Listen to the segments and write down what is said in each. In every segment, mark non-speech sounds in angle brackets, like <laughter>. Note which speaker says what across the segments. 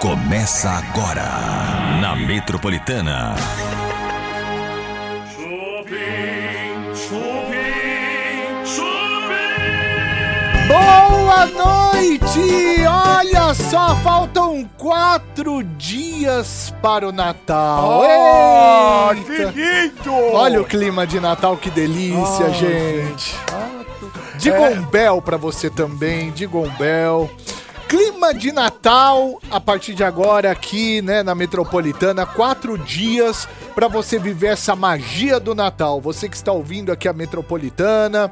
Speaker 1: Começa agora na Metropolitana.
Speaker 2: Chupim, chupim, chupim.
Speaker 3: Boa noite! Olha só, faltam quatro dias para o Natal. Eita! Olha o clima de Natal, que delícia, gente. De Gombel um pra você também, de Gombel. Clima de Natal a partir de agora aqui, né, na Metropolitana, quatro dias pra você viver essa magia do Natal. Você que está ouvindo aqui a Metropolitana,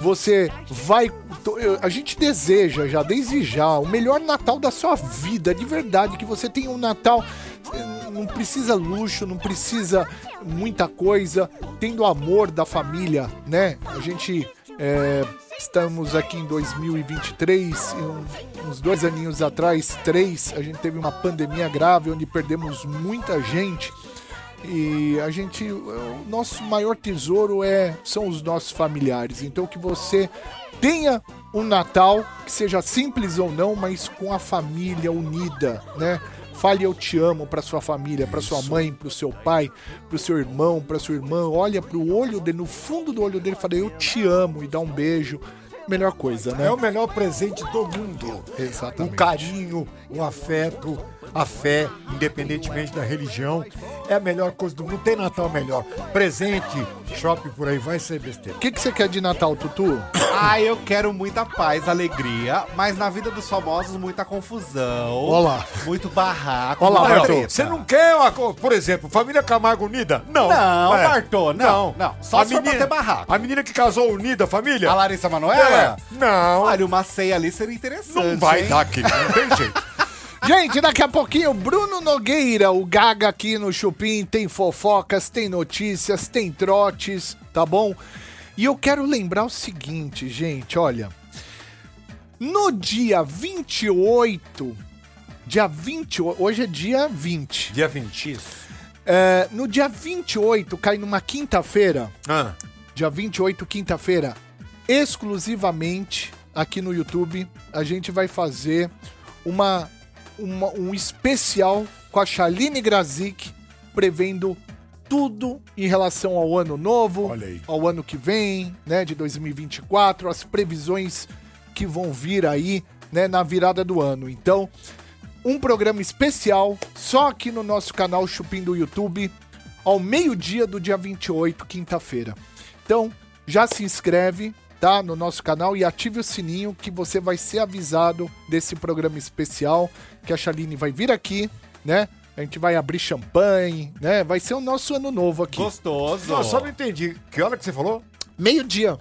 Speaker 3: você vai to- eu- a gente deseja já desde já o melhor Natal da sua vida, de verdade, que você tenha um Natal eh, não precisa luxo, não precisa muita coisa, tendo amor da família, né? A gente é, estamos aqui em 2023, e um- uns dois aninhos atrás, três, a gente teve uma pandemia grave onde perdemos muita gente. E a gente, o nosso maior tesouro é são os nossos familiares. Então que você tenha um Natal que seja simples ou não, mas com a família unida, né? Fale eu te amo para sua família, para sua mãe, para o seu pai, para o seu irmão, para sua irmã. Olha para o olho dele, no fundo do olho dele, fala eu te amo e dá um beijo. Melhor coisa, né?
Speaker 4: É o melhor presente do mundo.
Speaker 3: Exatamente.
Speaker 4: O carinho, o afeto, a fé, independentemente da religião, é a melhor coisa do mundo. Não Tem Natal melhor. Presente, shopping por aí, vai ser besteira.
Speaker 3: O que que você quer de Natal, Tutu?
Speaker 5: <coughs> Ah, eu quero muita paz, alegria, mas na vida dos famosos muita confusão.
Speaker 3: Olá.
Speaker 5: Muito barraco.
Speaker 3: Olá,
Speaker 5: muita
Speaker 3: Bartô.
Speaker 5: treta.
Speaker 4: Você não quer, uma co- por exemplo, família Camargo Unida? Não.
Speaker 5: Não,
Speaker 4: É.
Speaker 5: Bartô, não, não. Só se for pra ter barraco.
Speaker 4: A menina que casou unida, a família?
Speaker 5: A Larissa Manoela?
Speaker 4: É. Não,
Speaker 5: Olha, uma ceia ali seria interessante.
Speaker 4: não vai
Speaker 5: hein?
Speaker 4: dar aqui, não tem jeito.
Speaker 3: Gente, daqui a pouquinho, Bruno Nogueira, o Gaga aqui no Chupim, tem fofocas, tem notícias, tem trotes, tá bom? E eu quero lembrar o seguinte, gente, olha. No dia 28, dia 20, hoje é dia 20.
Speaker 4: Dia 20.
Speaker 3: É, no dia 28, cai numa quinta-feira,
Speaker 4: Ah,
Speaker 3: dia 28, quinta-feira, exclusivamente aqui no YouTube, a gente vai fazer uma, uma- um especial com a Shaline Grazik, prevendo tudo em relação ao ano novo,
Speaker 4: Olha aí.
Speaker 3: ao ano que vem, né, de 2024, as previsões que vão vir aí, né, na virada do ano. Então, um programa especial só aqui no nosso canal Chupim do YouTube, ao meio-dia do dia 28, quinta-feira. Então, já se inscreve, tá, no nosso canal e ative o sininho que você vai ser avisado desse programa especial que a Chaline vai vir aqui, né? A gente vai abrir champanhe, né? Vai ser o nosso ano novo aqui.
Speaker 5: Gostoso.
Speaker 4: eu só não entendi. Que hora que você falou?
Speaker 3: Meio-dia.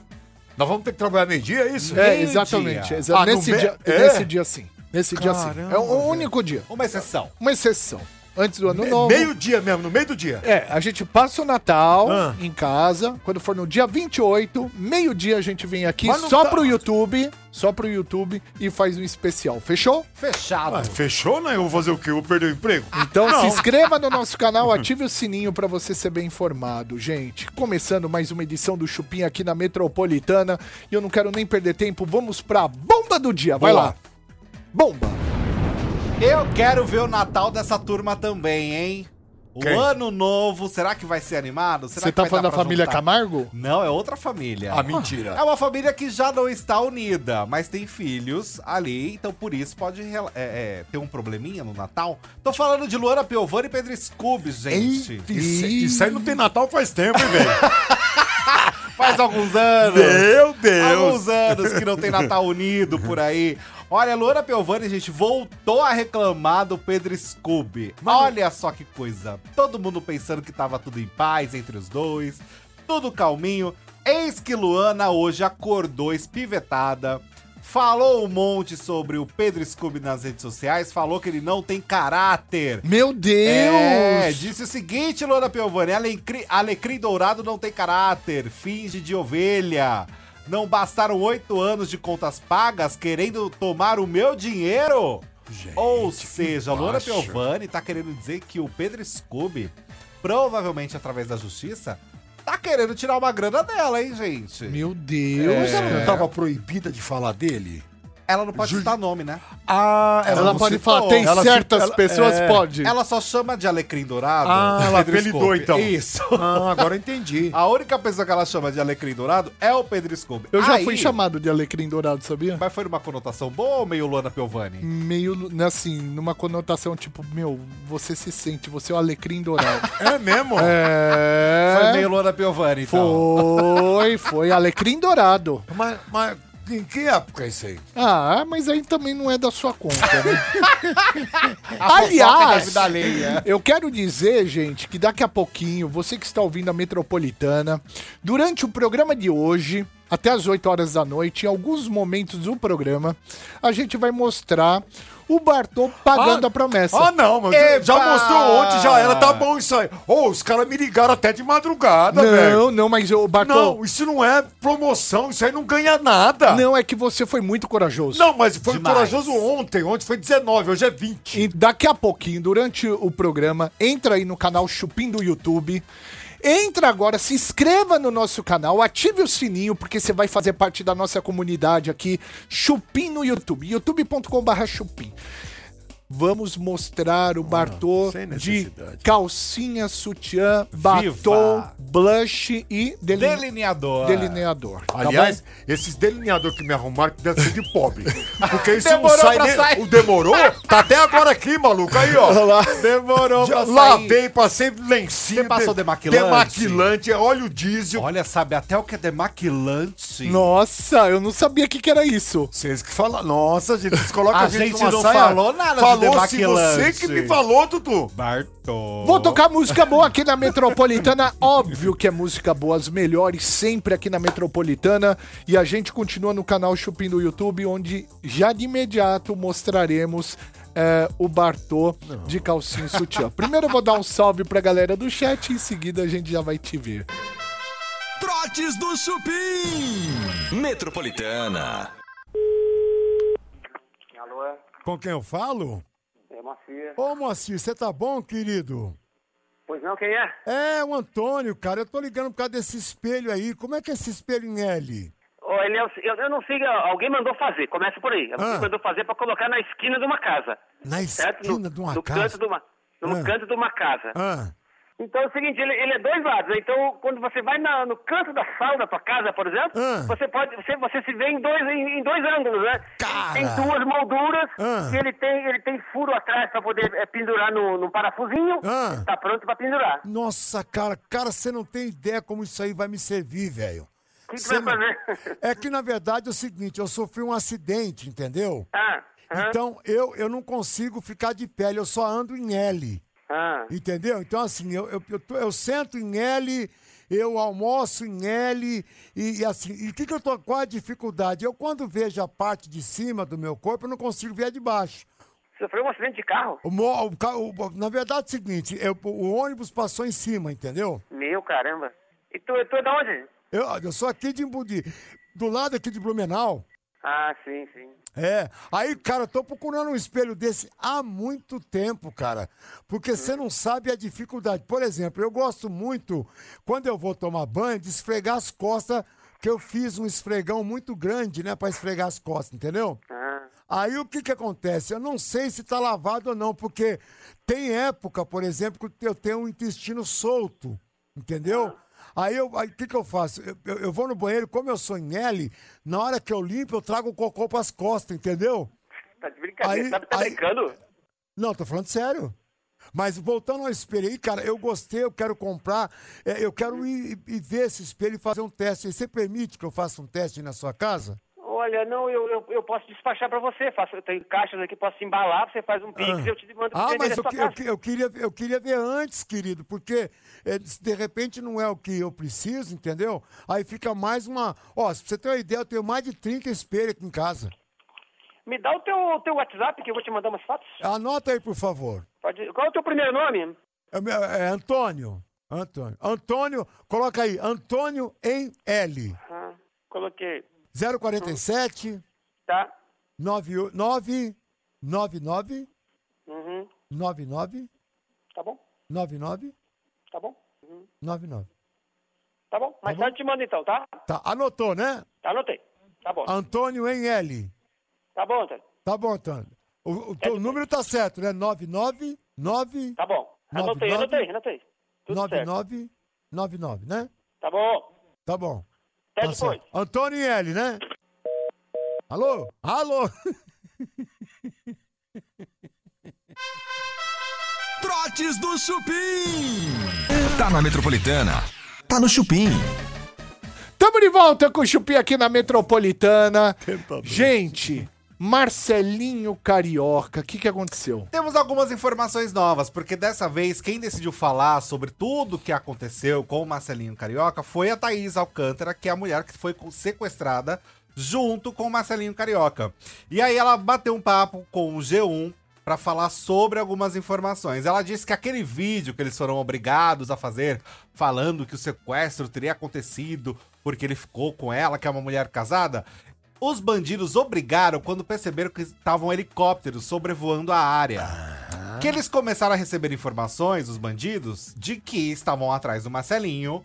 Speaker 4: Nós vamos ter que trabalhar meio-dia, é isso?
Speaker 3: É, exatamente. exa-
Speaker 4: Ah, no
Speaker 3: nesse,
Speaker 4: me-
Speaker 3: dia,
Speaker 4: é?
Speaker 3: nesse dia sim. Nesse dia sim.
Speaker 4: Caramba,
Speaker 3: É o único dia.
Speaker 5: Uma exceção.
Speaker 3: Uma exceção. Antes do ano
Speaker 4: É
Speaker 3: novo.
Speaker 4: Meio-dia mesmo, no meio do dia.
Speaker 3: É, a gente passa o Natal
Speaker 4: Ah.
Speaker 3: em casa. Quando for no dia 28, meio-dia a gente vem aqui
Speaker 4: Mas não
Speaker 3: só
Speaker 4: tá-
Speaker 3: pro YouTube. Só pro YouTube e faz um especial. Fechou?
Speaker 5: Fechado.
Speaker 4: Ah, fechou, né? Eu vou fazer o quê? Eu vou perder o emprego?
Speaker 5: Ah,
Speaker 3: Então
Speaker 4: Não.
Speaker 3: se inscreva no nosso
Speaker 5: <laughs>
Speaker 3: canal, ative o sininho pra você ser bem informado, gente. Começando mais uma edição do Chupim aqui na Metropolitana. E eu não quero nem perder tempo, vamos pra bomba do dia. Vai
Speaker 4: Boa.
Speaker 3: lá. Bomba.
Speaker 5: Eu quero ver o Natal dessa turma também, hein? O
Speaker 4: Quem?
Speaker 5: ano novo, será que vai ser animado? Será
Speaker 3: Você
Speaker 5: que
Speaker 3: tá
Speaker 5: vai dar
Speaker 3: falando da
Speaker 5: pra
Speaker 3: família
Speaker 5: juntar?
Speaker 3: Camargo?
Speaker 5: Não, é outra família.
Speaker 4: Ah, mentira.
Speaker 5: É uma família que já não está unida, mas tem filhos ali, então por isso pode rela- é, é, ter um probleminha no Natal. Tô falando de Luana Piovani e Pedro Scooby, gente.
Speaker 4: Eita, Isso, isso aí não tem Natal faz tempo, hein, velho?
Speaker 5: Faz alguns anos.
Speaker 4: Meu Deus!
Speaker 5: Alguns anos que não tem Natal unido por aí. Olha, Luana Piovani, gente, voltou a reclamar do Pedro Scooby. Olha só que coisa. Todo mundo pensando que tava tudo em paz entre os dois, tudo calminho. Eis que Luana hoje acordou espivetada, falou um monte sobre o Pedro Scooby nas redes sociais, falou que ele não tem caráter.
Speaker 3: Meu Deus!
Speaker 5: É, disse o seguinte, Luana Piovani, alecrim, alecrim dourado não tem caráter, finge de ovelha. Não bastaram oito anos de contas pagas querendo tomar o meu dinheiro? Ou seja, a Luana Piovani tá querendo dizer que o Pedro Scooby, provavelmente através da justiça, tá querendo tirar uma grana dela, hein, gente?
Speaker 3: Meu Deus!
Speaker 5: É.
Speaker 4: Mas ela
Speaker 3: cara.
Speaker 4: não tava proibida de falar dele?
Speaker 5: Ela não pode citar nome, né?
Speaker 4: Ah,
Speaker 3: Ela,
Speaker 4: não
Speaker 3: pode
Speaker 4: citou.
Speaker 3: falar, tem
Speaker 4: Ela
Speaker 3: certas
Speaker 4: citou- ela-
Speaker 3: pessoas,
Speaker 4: é.
Speaker 3: pode.
Speaker 5: Ela só chama de alecrim dourado.
Speaker 4: Ah, ela
Speaker 5: Pedro
Speaker 4: apelidou,
Speaker 5: Scope.
Speaker 4: então.
Speaker 5: Isso.
Speaker 4: Ah, agora eu entendi.
Speaker 5: <laughs> A única pessoa que ela chama de alecrim dourado é o Pedro Scope.
Speaker 3: Eu já
Speaker 5: Aí-
Speaker 3: fui chamado de alecrim dourado, sabia?
Speaker 5: Mas foi numa conotação boa ou meio Luana Piovani?
Speaker 3: Meio, né, assim, numa conotação tipo, meu, você se sente, você é o alecrim
Speaker 4: <laughs>
Speaker 3: dourado.
Speaker 4: É mesmo?
Speaker 5: Foi
Speaker 3: é,
Speaker 5: meio Luana Piovani, então.
Speaker 3: foi, foi, alecrim dourado.
Speaker 4: Mas, mas em que época é isso aí?
Speaker 3: Ah, mas aí também não é da sua conta, né?
Speaker 4: <laughs>
Speaker 5: fofoca da
Speaker 3: Aliás,
Speaker 5: vida alheia.
Speaker 3: eu quero dizer, gente, que daqui a pouquinho, você que está ouvindo a Metropolitana, durante o programa de hoje, até as 8 horas da noite, em alguns momentos do programa, a gente vai mostrar o Bartô pagando
Speaker 4: Ah,
Speaker 3: a promessa.
Speaker 4: Ah, não, mas já
Speaker 5: Epa!
Speaker 4: mostrou ontem, já era, tá bom isso aí. Ô, os caras me ligaram até de madrugada,
Speaker 3: não,
Speaker 4: velho.
Speaker 3: não, mas o Bartô...
Speaker 4: Não, isso não é promoção, isso aí não ganha nada.
Speaker 3: Não, é que você foi muito corajoso.
Speaker 4: Não, mas foi
Speaker 5: Demais.
Speaker 4: corajoso ontem. Ontem foi 19, hoje é 20.
Speaker 3: E daqui a pouquinho, durante o programa, entra aí no canal Chupim do YouTube. Entra agora, se inscreva no nosso canal, ative o sininho, porque você vai fazer parte da nossa comunidade aqui, Chupim no YouTube, youtube.com.br chupim. Vamos mostrar o Bartô
Speaker 4: Ah, sem
Speaker 3: de
Speaker 4: necessidade.
Speaker 3: calcinha, sutiã, batom, blush e deli-
Speaker 5: Delineador.
Speaker 3: delineador. tá
Speaker 4: Aliás,
Speaker 3: bom?
Speaker 4: esses delineadores que me arrumaram que deve ser de pobre. Porque isso
Speaker 5: Demorou
Speaker 4: não sai
Speaker 5: pra
Speaker 4: nem...
Speaker 5: sair.
Speaker 4: O demorou? Tá até agora aqui, maluco. Aí, ó.
Speaker 5: Demorou pra
Speaker 4: Já
Speaker 5: sair.
Speaker 4: Lavei, passei lencinho.
Speaker 5: Você passou
Speaker 4: de-
Speaker 5: demaquilante?
Speaker 4: Demaquilante, é óleo diesel.
Speaker 5: Olha, sabe até o que é demaquilante.
Speaker 3: nossa, eu não sabia o que, que era isso.
Speaker 4: Vocês que falam. Nossa, gente, vocês colocam
Speaker 5: A
Speaker 4: a gente
Speaker 5: gente
Speaker 4: numa
Speaker 5: não
Speaker 4: saia.
Speaker 5: falou nada de
Speaker 4: Falou se
Speaker 5: demaquilante.
Speaker 4: você que me falou, Dudu.
Speaker 5: Bartô.
Speaker 3: Vou tocar música boa aqui na Metropolitana. Óbvio que é música boa, as melhores sempre aqui na Metropolitana. E a gente continua no canal Chupim do YouTube, onde já de imediato mostraremos é, o Bartô de calcinha e sutiã. Primeiro eu vou dar um salve pra galera do chat, em seguida a gente já vai te ver.
Speaker 1: Trotes do Chupim. Metropolitana.
Speaker 6: Alô,
Speaker 4: Com quem eu falo?
Speaker 6: é Moacir.
Speaker 4: Ô, Moacir, você tá bom, querido?
Speaker 6: Pois não, quem é?
Speaker 4: É, o Antônio, cara, eu tô ligando por causa desse espelho aí. Como é que é esse espelho em L?
Speaker 6: Ô, Nelson, eu, eu não sei, alguém mandou fazer, começa por aí. Alguém
Speaker 4: Ah.
Speaker 6: mandou fazer pra colocar na esquina de uma casa,
Speaker 4: Na
Speaker 6: certo?
Speaker 4: esquina de uma
Speaker 6: no
Speaker 4: casa.
Speaker 6: Canto de uma, no
Speaker 4: Ah.
Speaker 6: canto de uma casa.
Speaker 4: Ah,
Speaker 6: Então é o seguinte, ele, ele é dois lados. né? Então, quando você vai na- no canto da sala da tua casa, por exemplo,
Speaker 4: Ah.
Speaker 6: você pode, você, você se vê em dois, em, em dois ângulos, né?
Speaker 4: Cara.
Speaker 6: Tem duas molduras
Speaker 4: Ah.
Speaker 6: e ele tem, ele tem furo atrás pra poder eh, pendurar no, no parafusinho.
Speaker 4: Ah.
Speaker 6: Tá pronto pra pendurar.
Speaker 4: nossa, cara, cara, você não tem ideia como isso aí vai me servir, velho.
Speaker 6: O que, que
Speaker 4: Você
Speaker 6: vai
Speaker 4: não-
Speaker 6: fazer? <laughs>
Speaker 4: É que, na verdade, é o seguinte, eu sofri um acidente, entendeu?
Speaker 6: ah, aham,
Speaker 4: Então, eu, eu não consigo ficar de pele, eu só ando em L.
Speaker 6: ah.
Speaker 4: Entendeu? Então, assim, eu, eu, eu, tô- eu sento em L, eu almoço em L, e, e assim, e o que, que eu tô. Qual a dificuldade? Eu, quando vejo a parte de cima do meu corpo, eu não consigo ver a de baixo.
Speaker 6: Sofreu um acidente de carro?
Speaker 4: O, mo- o ca- o- na verdade, é o seguinte, eu- o ônibus passou em cima, entendeu?
Speaker 6: Meu caramba. E tu, tu é de onde?
Speaker 4: Eu, eu sou aqui de Imbudi, do lado aqui de Blumenau.
Speaker 6: Ah, sim, sim.
Speaker 4: É, aí, cara, eu tô procurando um espelho desse há muito tempo, cara. Porque você não sabe a dificuldade. Por exemplo, eu gosto muito, quando eu vou tomar banho, de esfregar as costas, que eu fiz um esfregão muito grande, né, pra esfregar as costas, entendeu?
Speaker 6: Ah,
Speaker 4: Aí o que que acontece? Eu não sei se tá lavado ou não, porque tem época, por exemplo, que eu tenho um intestino solto, entendeu? Aí eu- aí o que que eu faço? Eu, eu- eu vou no banheiro, como eu sou em L, na hora que eu limpo, eu trago o cocô pras costas, entendeu?
Speaker 6: tá de brincadeira.
Speaker 4: Aí-
Speaker 6: tá tá
Speaker 4: aí-
Speaker 6: brincando?
Speaker 4: Não, tô falando sério. Mas voltando ao espelho aí, cara, eu gostei, eu quero comprar, é, eu quero ir, ir ver esse espelho e fazer um teste. Você permite que eu faça um teste aí na sua casa?
Speaker 6: Olha, não, eu, eu, eu posso despachar pra você. Faço, eu tenho caixas aqui, posso embalar, você faz um pix, eu te mando
Speaker 4: Ah,
Speaker 6: pra
Speaker 4: mas eu,
Speaker 6: sua
Speaker 4: que- eu
Speaker 6: casa.
Speaker 4: que- eu queria, eu queria ver antes, querido, porque eh, se de repente não é o que eu preciso, entendeu? Aí fica mais uma. Ó, se você tem uma ideia, eu tenho mais de 30 espelhos aqui em casa.
Speaker 6: Me dá o teu, teu WhatsApp que eu vou te mandar umas fotos.
Speaker 4: Anota aí, por favor.
Speaker 6: Pode... Qual é o teu primeiro nome?
Speaker 4: É, o meu- é Antônio. Antônio. Antônio, coloca aí. Antônio em L.
Speaker 6: Ah, coloquei.
Speaker 4: 047
Speaker 6: Tá?
Speaker 4: 99 99
Speaker 6: Uhum.
Speaker 4: 99
Speaker 6: Tá bom?
Speaker 4: 99
Speaker 6: Tá bom?
Speaker 4: 99.
Speaker 6: Tá bom? Mas tarde eu te mando então, tá?
Speaker 4: Tá, anotou, né?
Speaker 6: Anotei. Tá bom.
Speaker 4: Antônio em L.
Speaker 6: Tá bom, Antônio?
Speaker 4: Tá bom, Antônio. O, o teu número tá certo, né? 999
Speaker 6: Tá bom.
Speaker 4: Nove,
Speaker 6: Anotei,
Speaker 4: nove.
Speaker 6: anotei, anotei. Tudo certo.
Speaker 4: 9999, né?
Speaker 6: Tá bom.
Speaker 4: Tá bom.
Speaker 6: Até
Speaker 4: Tá
Speaker 6: depois.
Speaker 4: certo. Antônio e L, né? Alô? Alô?
Speaker 1: Trotes do Chupim. Tá na Metropolitana. Tá no Chupim.
Speaker 3: Tamo de volta com o Chupi aqui na Metropolitana. Gente, Marcelinho Carioca, o que, que aconteceu?
Speaker 5: Temos algumas informações novas, porque dessa vez quem decidiu falar sobre tudo o que aconteceu com o Marcelinho Carioca foi a Thaís Alcântara, que é a mulher que foi co- sequestrada junto com o Marcelinho Carioca. E aí ela bateu um papo com o G1 pra falar sobre algumas informações. Ela disse que aquele vídeo que eles foram obrigados a fazer, falando que o sequestro teria acontecido porque ele ficou com ela, que é uma mulher casada, os bandidos obrigaram quando perceberam que estavam helicópteros sobrevoando a área.
Speaker 3: Ah.
Speaker 5: Que eles começaram a receber informações, os bandidos, de que estavam atrás do Marcelinho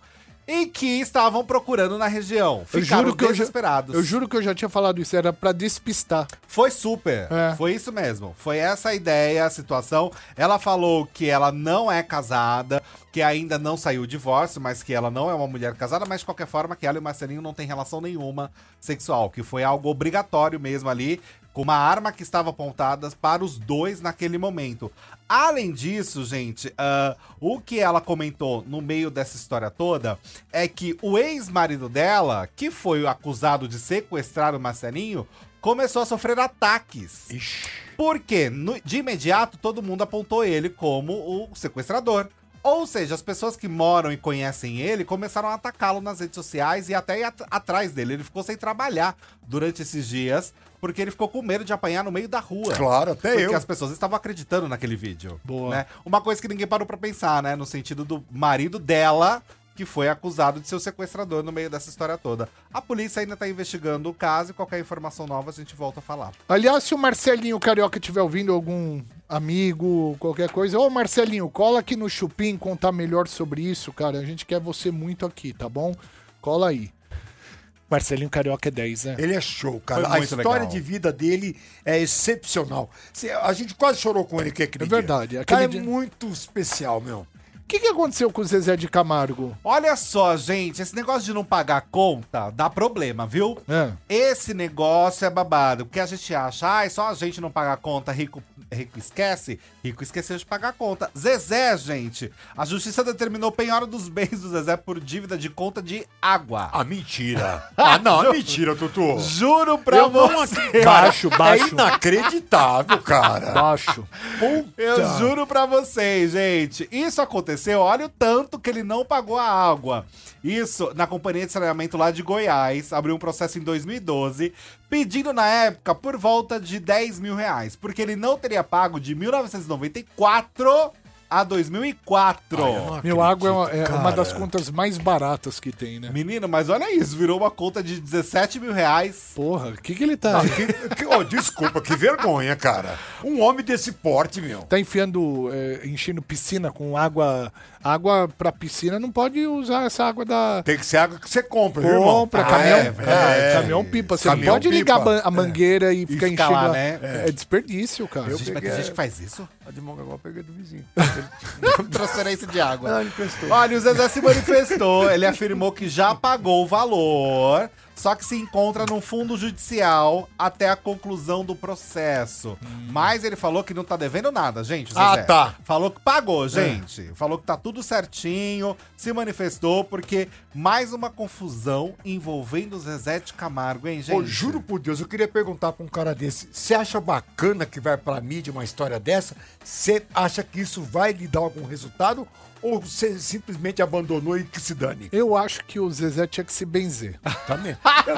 Speaker 5: e que estavam procurando na região. Ficaram
Speaker 3: juro que eu já-
Speaker 5: desesperados.
Speaker 3: Eu juro que eu já tinha falado isso, era pra despistar.
Speaker 5: Foi super.
Speaker 3: É.
Speaker 5: Foi isso mesmo. Foi essa a ideia, a situação. Ela falou que ela não é casada, que ainda não saiu o divórcio, mas que ela não é uma mulher casada, mas de qualquer forma que ela e o Marcelinho não têm relação nenhuma sexual, que foi algo obrigatório mesmo ali, com uma arma que estava apontada para os dois naquele momento. Além disso, gente, ah, o que ela comentou no meio dessa história toda é que o ex-marido dela, que foi acusado de sequestrar o Marcelinho, começou a sofrer ataques. Porque no- de imediato todo mundo apontou ele como o sequestrador. Ou seja, as pessoas que moram e conhecem ele começaram a atacá-lo nas redes sociais e até ir at- atrás dele. Ele ficou sem trabalhar durante esses dias porque ele ficou com medo de apanhar no meio da rua.
Speaker 4: Claro, até
Speaker 5: Porque
Speaker 4: eu.
Speaker 5: as pessoas estavam acreditando naquele vídeo. Boa. Uma coisa que ninguém parou pra pensar, né? No sentido do marido dela, que foi acusado de ser o sequestrador no meio dessa história toda. A polícia ainda tá investigando o caso e qualquer informação nova a gente volta a falar.
Speaker 3: Aliás, se o Marcelinho Carioca estiver ouvindo algum amigo, qualquer coisa, ô Marcelinho, cola aqui no Chupim contar melhor sobre isso, cara. A gente quer você muito aqui, tá bom? Cola aí. Marcelinho Carioca é 10, né?
Speaker 4: Ele é show, cara.
Speaker 5: Foi
Speaker 4: A
Speaker 5: muito
Speaker 4: história
Speaker 5: legal.
Speaker 4: de vida dele é excepcional. Cê- A gente quase chorou com ele que aquele
Speaker 3: É verdade,
Speaker 4: Dia.
Speaker 3: aquele
Speaker 4: Cara,
Speaker 3: dia-
Speaker 4: é muito especial, meu.
Speaker 3: O que, que aconteceu com o Zezé de Camargo?
Speaker 5: Olha só, gente, esse negócio de não pagar conta dá problema, viu?
Speaker 3: É.
Speaker 5: Esse negócio é babado, porque a gente acha, ai, só a gente não pagar conta, rico, rico esquece, rico esqueceu de pagar conta. Zezé, gente, a justiça determinou penhora dos bens do Zezé por dívida de conta de água.
Speaker 4: Ah, mentira. <laughs> Ah, não, é mentira, Tutu.
Speaker 3: <laughs>
Speaker 5: Juro pra você.
Speaker 3: Baixo,
Speaker 4: É
Speaker 3: baixo,
Speaker 4: inacreditável, cara.
Speaker 3: baixo.
Speaker 5: Eu
Speaker 4: Tá.
Speaker 5: juro pra vocês, gente. Isso aconteceu, olha o tanto que ele não pagou a água. Isso, na companhia de saneamento lá de Goiás, abriu um processo em 2012, pedindo na época por volta de 10 mil reais, porque ele não teria pago de 1994 a 2004.
Speaker 3: Meu água é uma- é uma das contas mais baratas que tem, né?
Speaker 5: Menino, mas olha isso, virou uma conta de 17 mil reais.
Speaker 3: Porra, o que, que ele tá.
Speaker 4: Que- que- oh, desculpa, que vergonha, cara. Um homem desse porte, meu.
Speaker 3: Tá enfiando, é, enchendo piscina com água. Água pra piscina não pode usar essa água da.
Speaker 4: Tem que ser água que você compra, viu, irmão?
Speaker 3: Compra,
Speaker 4: Ah,
Speaker 3: caminhão,
Speaker 4: é,
Speaker 3: é,
Speaker 4: é.
Speaker 3: caminhão pipa. Você
Speaker 4: Caminhão
Speaker 3: não pode ligar a
Speaker 4: pipa.
Speaker 3: ban- a mangueira e ficar
Speaker 5: ficar
Speaker 3: enchendo.
Speaker 5: lá,
Speaker 3: a-
Speaker 5: né?
Speaker 3: É. desperdício, cara.
Speaker 5: gente, mas tem gente que faz isso?
Speaker 4: A de Mongaguá peguei
Speaker 5: <laughs>
Speaker 4: do vizinho.
Speaker 5: Transferência de água.
Speaker 4: Não, ele prestou.
Speaker 5: Olha, o Zezé se manifestou. Ele afirmou que já pagou o valor, só que se encontra num fundo judicial até a conclusão do processo. Mas ele falou que não tá devendo nada, gente. o Zezé.
Speaker 4: Hum. Ah, tá.
Speaker 5: Falou que pagou, gente. Falou que tá tudo certinho, se manifestou, porque mais uma confusão envolvendo o Zezé de Camargo, hein, gente?
Speaker 4: Pô, juro por Deus, eu queria perguntar pra um cara desse: você acha bacana que vai pra mídia uma história dessa? Você acha que isso vai lhe dar algum resultado? Ou você simplesmente abandonou e que se dane?
Speaker 3: Eu acho que o Zezé tinha que se benzer.
Speaker 4: Também.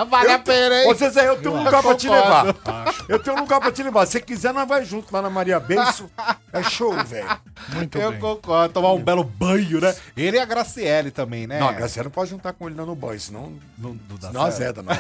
Speaker 5: Vale a pena,
Speaker 4: Ô,
Speaker 5: hein?
Speaker 4: Zezé, eu tenho um lugar pra te levar.
Speaker 5: concordo.
Speaker 4: Eu tenho um lugar pra te levar. Se quiser, nós vai junto lá na Maria Benço. É show, velho.
Speaker 3: Muito
Speaker 5: Eu
Speaker 3: bem.
Speaker 5: concordo, tomar um belo banho, né? Ele e a Graciele também, né?
Speaker 4: É. Não, a Graciela não pode juntar com ele lá no banho, senão
Speaker 5: Não, não dá
Speaker 4: não azeda, não.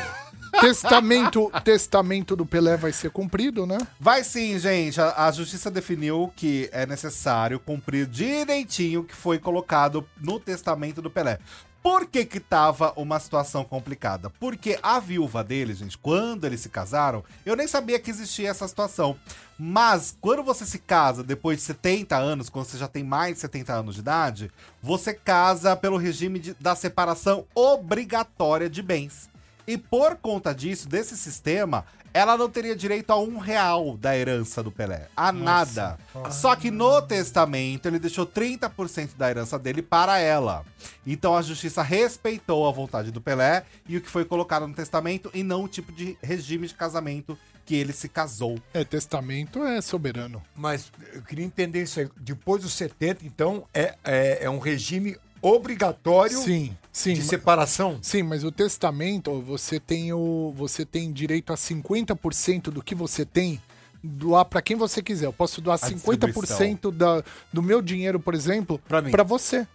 Speaker 3: testamento, testamento do Pelé vai ser cumprido, né?
Speaker 5: Vai sim, gente. A, a justiça definiu que é necessário cumprir direitinho o que foi colocado no testamento do Pelé. Por que que tava uma situação complicada? Porque a viúva dele, gente, quando eles se casaram, eu nem sabia que existia essa situação. Mas quando você se casa depois de 70 anos, quando você já tem mais de 70 anos de idade, você casa pelo regime de- da separação obrigatória de bens. E por conta disso, desse sistema, ela não teria direito a um real da herança do Pelé. A nada. Só que no testamento, ele deixou 30% da herança dele para ela. Então a justiça respeitou a vontade do Pelé e o que foi colocado no testamento e não o tipo de regime de casamento que ele se casou.
Speaker 3: É, testamento é soberano.
Speaker 4: <laughs> Mas eu queria entender isso aí. Depois dos 70, então, é, é, é um regime obrigatório
Speaker 3: Sim, sim.
Speaker 4: de
Speaker 3: ma-
Speaker 4: separação?
Speaker 3: Sim, mas o testamento, ó, você tem o você tem direito a 50% do que você tem doar pra quem você quiser. Eu posso doar 50% da, do meu dinheiro, por exemplo,
Speaker 4: Pra mim.
Speaker 3: pra você.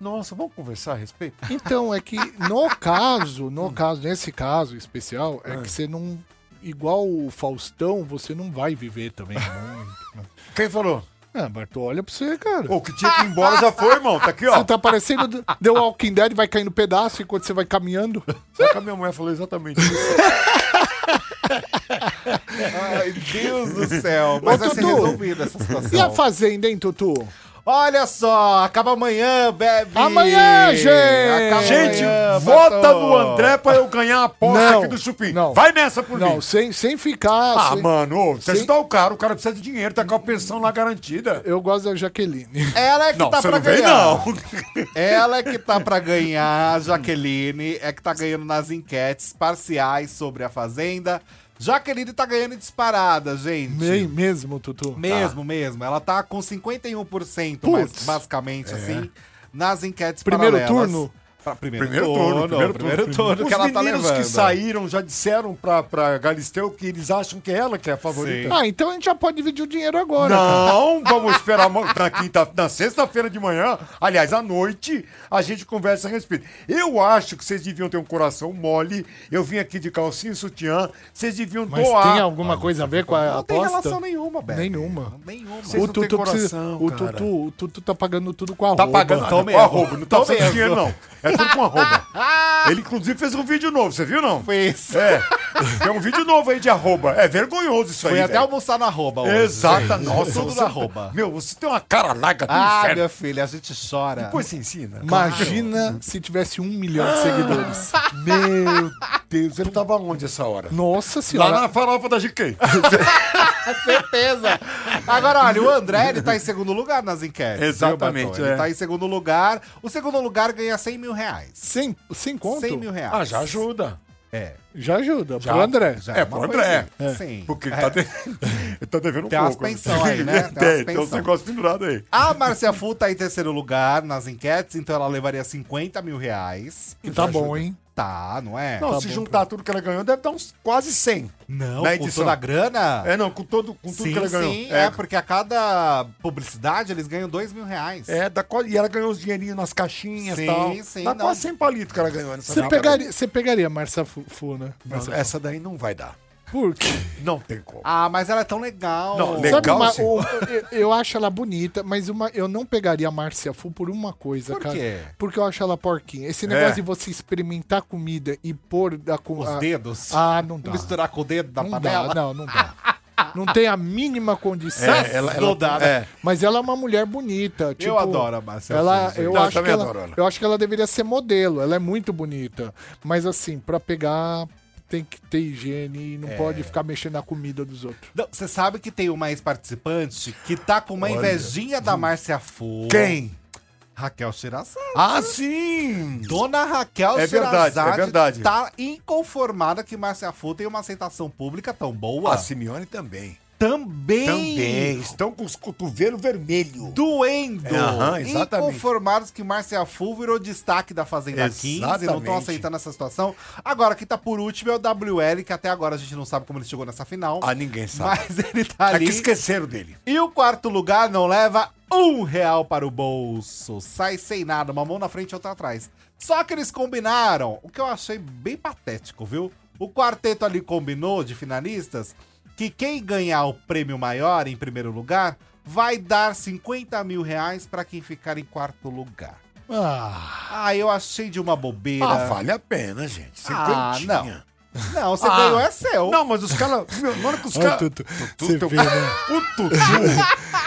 Speaker 4: Nossa, vamos conversar a respeito?
Speaker 3: Então, é que no caso, no caso, nesse caso especial, é que você não. Igual o Faustão, você não vai viver também muito. né?
Speaker 4: Quem falou?
Speaker 3: Ah, Bartô, olha pra você, cara.
Speaker 4: O que tinha que ir embora já foi, irmão. Tá aqui, ó.
Speaker 3: Você tá parecendo The Walking Dead, vai caindo pedaço enquanto você vai caminhando.
Speaker 4: <laughs> Só que a minha mulher falou exatamente isso.
Speaker 5: Ai, Deus do céu. Mas vai ser
Speaker 3: Tutu,
Speaker 5: resolvida essa
Speaker 3: E a
Speaker 5: situação.
Speaker 3: fazenda, hein, Tutu?
Speaker 5: Olha só, acaba amanhã, bebe.
Speaker 3: Amanhã, gente!
Speaker 5: Acaba
Speaker 4: Gente,
Speaker 5: amanhã,
Speaker 4: vota
Speaker 5: Bartô.
Speaker 4: no André pra eu ganhar a aposta
Speaker 3: Não,
Speaker 4: aqui do Chupim.
Speaker 3: não.
Speaker 4: Vai nessa por
Speaker 3: Não,
Speaker 4: mim.
Speaker 3: sem, sem ficar.
Speaker 4: Ah,
Speaker 3: sem-
Speaker 4: mano, ô, você
Speaker 3: Sim.
Speaker 4: ajudar o cara, o cara precisa de dinheiro, tá com a pensão lá garantida.
Speaker 3: Eu gosto da Jaqueline.
Speaker 5: Ela é que
Speaker 4: Não,
Speaker 5: tá
Speaker 4: você
Speaker 5: pra
Speaker 4: não vem,
Speaker 5: ganhar.
Speaker 4: não.
Speaker 5: Ela é que tá pra ganhar, a Jaqueline é que tá ganhando nas enquetes parciais sobre a Fazenda. Jaqueline tá ganhando disparada, gente.
Speaker 3: Nem mesmo, Tutu.
Speaker 5: Mesmo, mesmo. Ela tá com 51%,
Speaker 3: Putz.
Speaker 5: mas, basicamente,
Speaker 4: é.
Speaker 5: assim, nas enquetes
Speaker 3: Primeiro
Speaker 5: paralelas.
Speaker 3: turno?
Speaker 5: Pra Primeiro,
Speaker 4: Primeiro
Speaker 5: turno,
Speaker 4: turno, primeiro
Speaker 5: primeiro
Speaker 4: turno.
Speaker 5: turno que
Speaker 4: Os
Speaker 5: ela tá
Speaker 4: meninos
Speaker 5: levando.
Speaker 4: que saíram já disseram pra, pra Galisteu que eles acham que é ela que é a favorita.
Speaker 3: Ah, então a gente já pode dividir o dinheiro agora.
Speaker 4: Não, vamos esperar ma- na quinta, na sexta-feira de manhã, aliás, à noite, a gente conversa a respeito. Eu acho que vocês deviam ter um coração mole. Eu vim aqui de calcinha e sutiã, vocês deviam
Speaker 3: Mas
Speaker 4: doar.
Speaker 3: tem alguma coisa a ver com a
Speaker 5: Não
Speaker 3: aposta?
Speaker 5: tem relação nenhuma, Bebe.
Speaker 3: Nenhuma.
Speaker 5: Nenhuma.
Speaker 4: Vocês
Speaker 3: o
Speaker 4: não têm
Speaker 3: Tutu, precisa-
Speaker 4: coração,
Speaker 3: o,
Speaker 4: cara.
Speaker 3: tutu, o Tutu tá pagando tudo com a
Speaker 4: Tá pagando
Speaker 5: Tô
Speaker 4: tá, com
Speaker 5: mesmo.
Speaker 4: arroba, não tá
Speaker 5: Tô
Speaker 4: precisando de
Speaker 5: mesmo.
Speaker 4: dinheiro, não. É tudo com <laughs> arroba. Ele, inclusive, fez um vídeo novo, você viu, não?
Speaker 5: Fez.
Speaker 4: É, tem um vídeo novo aí de arroba. É vergonhoso isso
Speaker 5: Foi
Speaker 4: aí,
Speaker 5: até
Speaker 4: velho.
Speaker 5: almoçar no arroba
Speaker 4: né?
Speaker 5: hoje.
Speaker 4: Exata, nossa,
Speaker 5: Tudo
Speaker 4: você,
Speaker 5: na arroba.
Speaker 4: Meu, você tem uma cara larga do
Speaker 5: Ah,
Speaker 4: inferno.
Speaker 5: minha filha, a gente chora.
Speaker 4: Depois você ensina.
Speaker 3: Imagina se tivesse um milhão de seguidores.
Speaker 4: Meu Deus, ele tava onde essa hora?
Speaker 3: Nossa
Speaker 4: Lá
Speaker 3: senhora.
Speaker 4: na farofa da GK.
Speaker 5: certeza. Agora, olha, o
Speaker 4: né?
Speaker 5: André, ele tá em segundo lugar nas enquetes. viu,
Speaker 4: Exatamente,
Speaker 5: Bartô? Ele
Speaker 4: é.
Speaker 5: tá em segundo lugar. O segundo lugar ganha 100 mil reais.
Speaker 3: Sem, sem conto?
Speaker 5: 100 mil reais.
Speaker 4: Ah, já ajuda.
Speaker 5: É.
Speaker 3: Já ajuda. Pro André.
Speaker 5: já
Speaker 4: É,
Speaker 5: uma
Speaker 4: pro André.
Speaker 5: coisinha. Sim.
Speaker 4: Porque ele tá, de- ele tá devendo um
Speaker 5: Tem umas
Speaker 4: pouco.
Speaker 5: pensão aí, né? Tem umas
Speaker 4: Tem, tem uns
Speaker 5: pensão.
Speaker 4: negócios pendurados aí.
Speaker 5: A Márcia Fu tá em terceiro lugar nas enquetes, então ela levaria 50 mil reais.
Speaker 3: Tá bom, hein?
Speaker 5: Tá, não é?
Speaker 4: Não, se juntar tudo que ela ganhou, deve dar uns quase 100.
Speaker 5: Não,
Speaker 4: na
Speaker 5: com
Speaker 4: edição.
Speaker 5: toda a grana...
Speaker 4: É, não, com, todo, com tudo
Speaker 5: Sim,
Speaker 4: que ela ganhou.
Speaker 5: sim, é.
Speaker 4: é,
Speaker 5: porque a cada publicidade eles ganham 2 mil reais.
Speaker 4: é, dá quase- e ela ganhou os dinheirinhos nas caixinhas
Speaker 5: Sim,
Speaker 4: e tal.
Speaker 5: sim,
Speaker 4: Dá
Speaker 5: não.
Speaker 4: quase 100 palitos que ela ganhou nessa
Speaker 3: Você
Speaker 4: década.
Speaker 3: pegaria, você pegaria a Marcia Fu, Fu, né?
Speaker 4: Mas essa daí não vai dar.
Speaker 3: Por quê?
Speaker 4: Não tem como.
Speaker 5: Ah, mas ela é tão legal.
Speaker 4: Não, legal.
Speaker 3: Sabe uma,
Speaker 4: sim.
Speaker 3: o- eu, eu acho ela bonita, mas uma, eu não pegaria a Márcia Fu por uma coisa,
Speaker 5: Por
Speaker 3: cara.
Speaker 5: quê?
Speaker 3: Porque eu acho ela porquinha. Esse
Speaker 4: É.
Speaker 3: negócio de você experimentar comida e pôr da com
Speaker 5: Os
Speaker 3: a-
Speaker 5: dedos.
Speaker 3: Ah, não dá.
Speaker 5: Misturar com o dedo
Speaker 7: Tá
Speaker 5: da
Speaker 3: Não
Speaker 5: panela.
Speaker 3: dá, não, não dá. Não tem a mínima condição.
Speaker 4: É, ela, ela,
Speaker 5: Não dá, né?
Speaker 4: é.
Speaker 3: Mas ela é uma mulher bonita. tipo,
Speaker 5: adoro a Márcia
Speaker 3: Ela,
Speaker 5: Fu, gente.
Speaker 3: eu,
Speaker 4: Não, eu
Speaker 3: acho que
Speaker 4: também
Speaker 3: ela,
Speaker 4: adoro ela.
Speaker 3: eu acho que ela deveria ser modelo. Ela é muito bonita. Mas assim, pra pegar, tem que ter higiene e
Speaker 7: É.
Speaker 3: não pode ficar mexendo na comida dos outros.
Speaker 5: Não, Você sabe que tem uma ex-participante que tá com uma invejinha da Márcia Fu.
Speaker 4: Quem?
Speaker 5: Raquel Shirazade.
Speaker 4: Ah, sim!
Speaker 5: Dona Raquel
Speaker 4: É verdade,
Speaker 5: Shirazade
Speaker 4: é verdade.
Speaker 5: tá inconformada que Márcia Fu tem uma aceitação pública tão boa.
Speaker 4: A Simeone também.
Speaker 5: também.
Speaker 4: Ah, Também. Estão com os cotovelos vermelhos.
Speaker 5: Doendo.
Speaker 4: É, aham, exatamente.
Speaker 5: Inconformados que Márcia Fu virou destaque da Fazenda 15. Não estão
Speaker 4: Exatamente.
Speaker 5: aceitando essa situação. Agora, quem tá por último é o WL, que até agora a gente não sabe como ele chegou nessa final.
Speaker 4: Ah, ninguém sabe.
Speaker 5: mas ele tá
Speaker 4: É que
Speaker 5: ali.
Speaker 4: esqueceram dele.
Speaker 5: E o quarto lugar não leva um real para o bolso. Sai sem nada, uma mão na frente e outra atrás. Só que eles combinaram, o que eu achei bem patético, viu? O quarteto ali combinou de finalistas que quem ganhar o prêmio maior em primeiro lugar vai dar 50 mil reais pra quem ficar em quarto lugar. Ah, eu achei de uma bobeira.
Speaker 7: Ah, vale a pena, gente.
Speaker 5: Ah,
Speaker 7: Cinquentinha.
Speaker 5: não. Não, você ganhou é seu.
Speaker 7: Ah. Não, mas os caras. Meu, na hora que os
Speaker 3: Olha o
Speaker 7: caras.
Speaker 3: Tutu.
Speaker 7: Tutu,
Speaker 3: Você
Speaker 7: teu-
Speaker 4: <laughs>
Speaker 3: vê, né?
Speaker 7: O Tutu.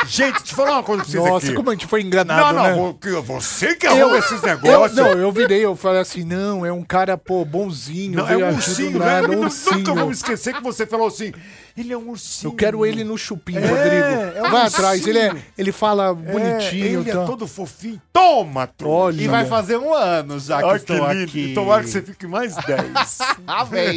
Speaker 7: gente, deixa eu falar uma coisa pra vocês
Speaker 3: Nossa,
Speaker 7: aqui.
Speaker 3: como a gente foi enganado,
Speaker 7: Não, não,
Speaker 3: né?
Speaker 7: vo-
Speaker 4: é
Speaker 7: que- você que arruma esses negócios.
Speaker 3: Eu, não, eu virei, eu falei assim, não, é um cara, pô, bonzinho.
Speaker 7: Não, é
Speaker 3: veio
Speaker 7: um
Speaker 3: aqui do
Speaker 7: ursinho, né?
Speaker 3: nada,
Speaker 7: Eu
Speaker 3: um
Speaker 7: Nunca vou
Speaker 3: ursinho.
Speaker 7: me esquecer que você falou assim. Ele é um ursinho.
Speaker 3: Eu quero ele no chupim,
Speaker 4: é
Speaker 3: Rodrigo.
Speaker 4: um
Speaker 3: Vai atrás,
Speaker 4: ursinho.
Speaker 3: ele, é, ele fala
Speaker 7: É,
Speaker 3: bonitinho.
Speaker 7: ele
Speaker 3: tá.
Speaker 7: é todo fofinho. Toma, Tutu.
Speaker 3: Olha.
Speaker 5: E vai fazer um ano já que
Speaker 7: Olha que
Speaker 5: estou
Speaker 7: lindo.
Speaker 5: aqui.
Speaker 7: Tomara que você fique mais 10.
Speaker 5: <laughs> Amém.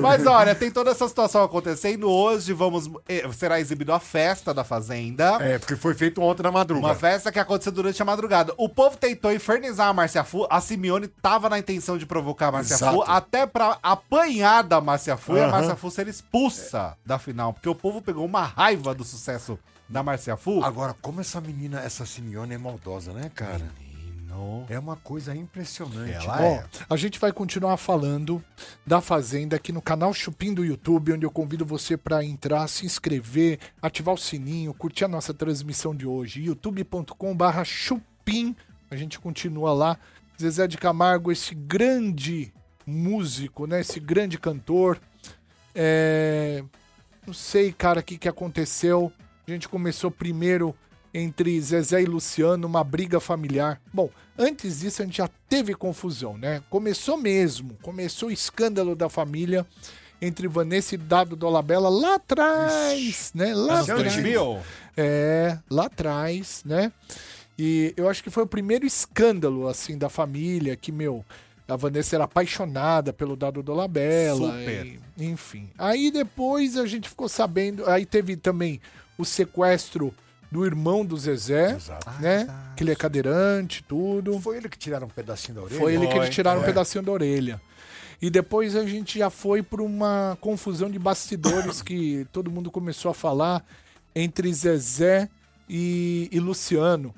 Speaker 5: Mas olha, tem toda essa situação acontecendo. Hoje vamos eh, será exibido a festa da Fazenda.
Speaker 7: <laughs> é, porque foi feito ontem na
Speaker 5: Uma
Speaker 7: madrugada.
Speaker 5: festa que aconteceu durante a madrugada. O povo tentou infernizar a Márcia Fu. A Simeone tava na intenção de provocar a Márcia
Speaker 7: Exato.
Speaker 5: Fu, até pra apanhar da Márcia Fu e a
Speaker 7: Aham.
Speaker 5: Márcia Fu ser expulsa da final. Porque o povo pegou uma raiva do sucesso da Márcia Fu.
Speaker 7: Agora, é como essa menina, essa Simeone é maldosa, né, cara?
Speaker 5: Menino.
Speaker 7: É uma coisa impressionante.
Speaker 5: Ela
Speaker 7: Ó,
Speaker 5: é.
Speaker 3: A gente vai continuar falando da Fazenda aqui no canal Chupim do YouTube, onde eu convido você para entrar, se inscrever, ativar o sininho, curtir a nossa transmissão de hoje, youtube.com/barra Chupim. A gente continua lá. Zezé de Camargo, esse grande músico, né? Esse grande cantor. É, Não sei, cara, o que, que aconteceu. A gente começou primeiro entre Zezé e Luciano, uma briga familiar. Bom, antes disso a gente já teve confusão, né? Começou mesmo, começou o escândalo da família entre Vanessa e Dado Dolabella lá atrás, né? Lá
Speaker 5: é
Speaker 7: Anos
Speaker 3: atrás.
Speaker 5: 2000?
Speaker 3: É, lá atrás, né? E eu acho que foi o primeiro escândalo, assim, da família, que, meu, a Vanessa era apaixonada pelo Dado Dolabella.
Speaker 5: Super.
Speaker 3: e- enfim. Aí depois a gente ficou sabendo, aí teve também o sequestro do irmão do Zezé, né? Que ele é cadeirante, tudo.
Speaker 4: Foi ele que tiraram um pedacinho da orelha?
Speaker 3: Foi ele que
Speaker 5: Foi,
Speaker 3: eles tiraram
Speaker 4: é.
Speaker 7: É.
Speaker 3: um pedacinho da orelha. E depois a gente já foi para uma confusão de bastidores que todo mundo começou a falar entre Zezé e, e Luciano.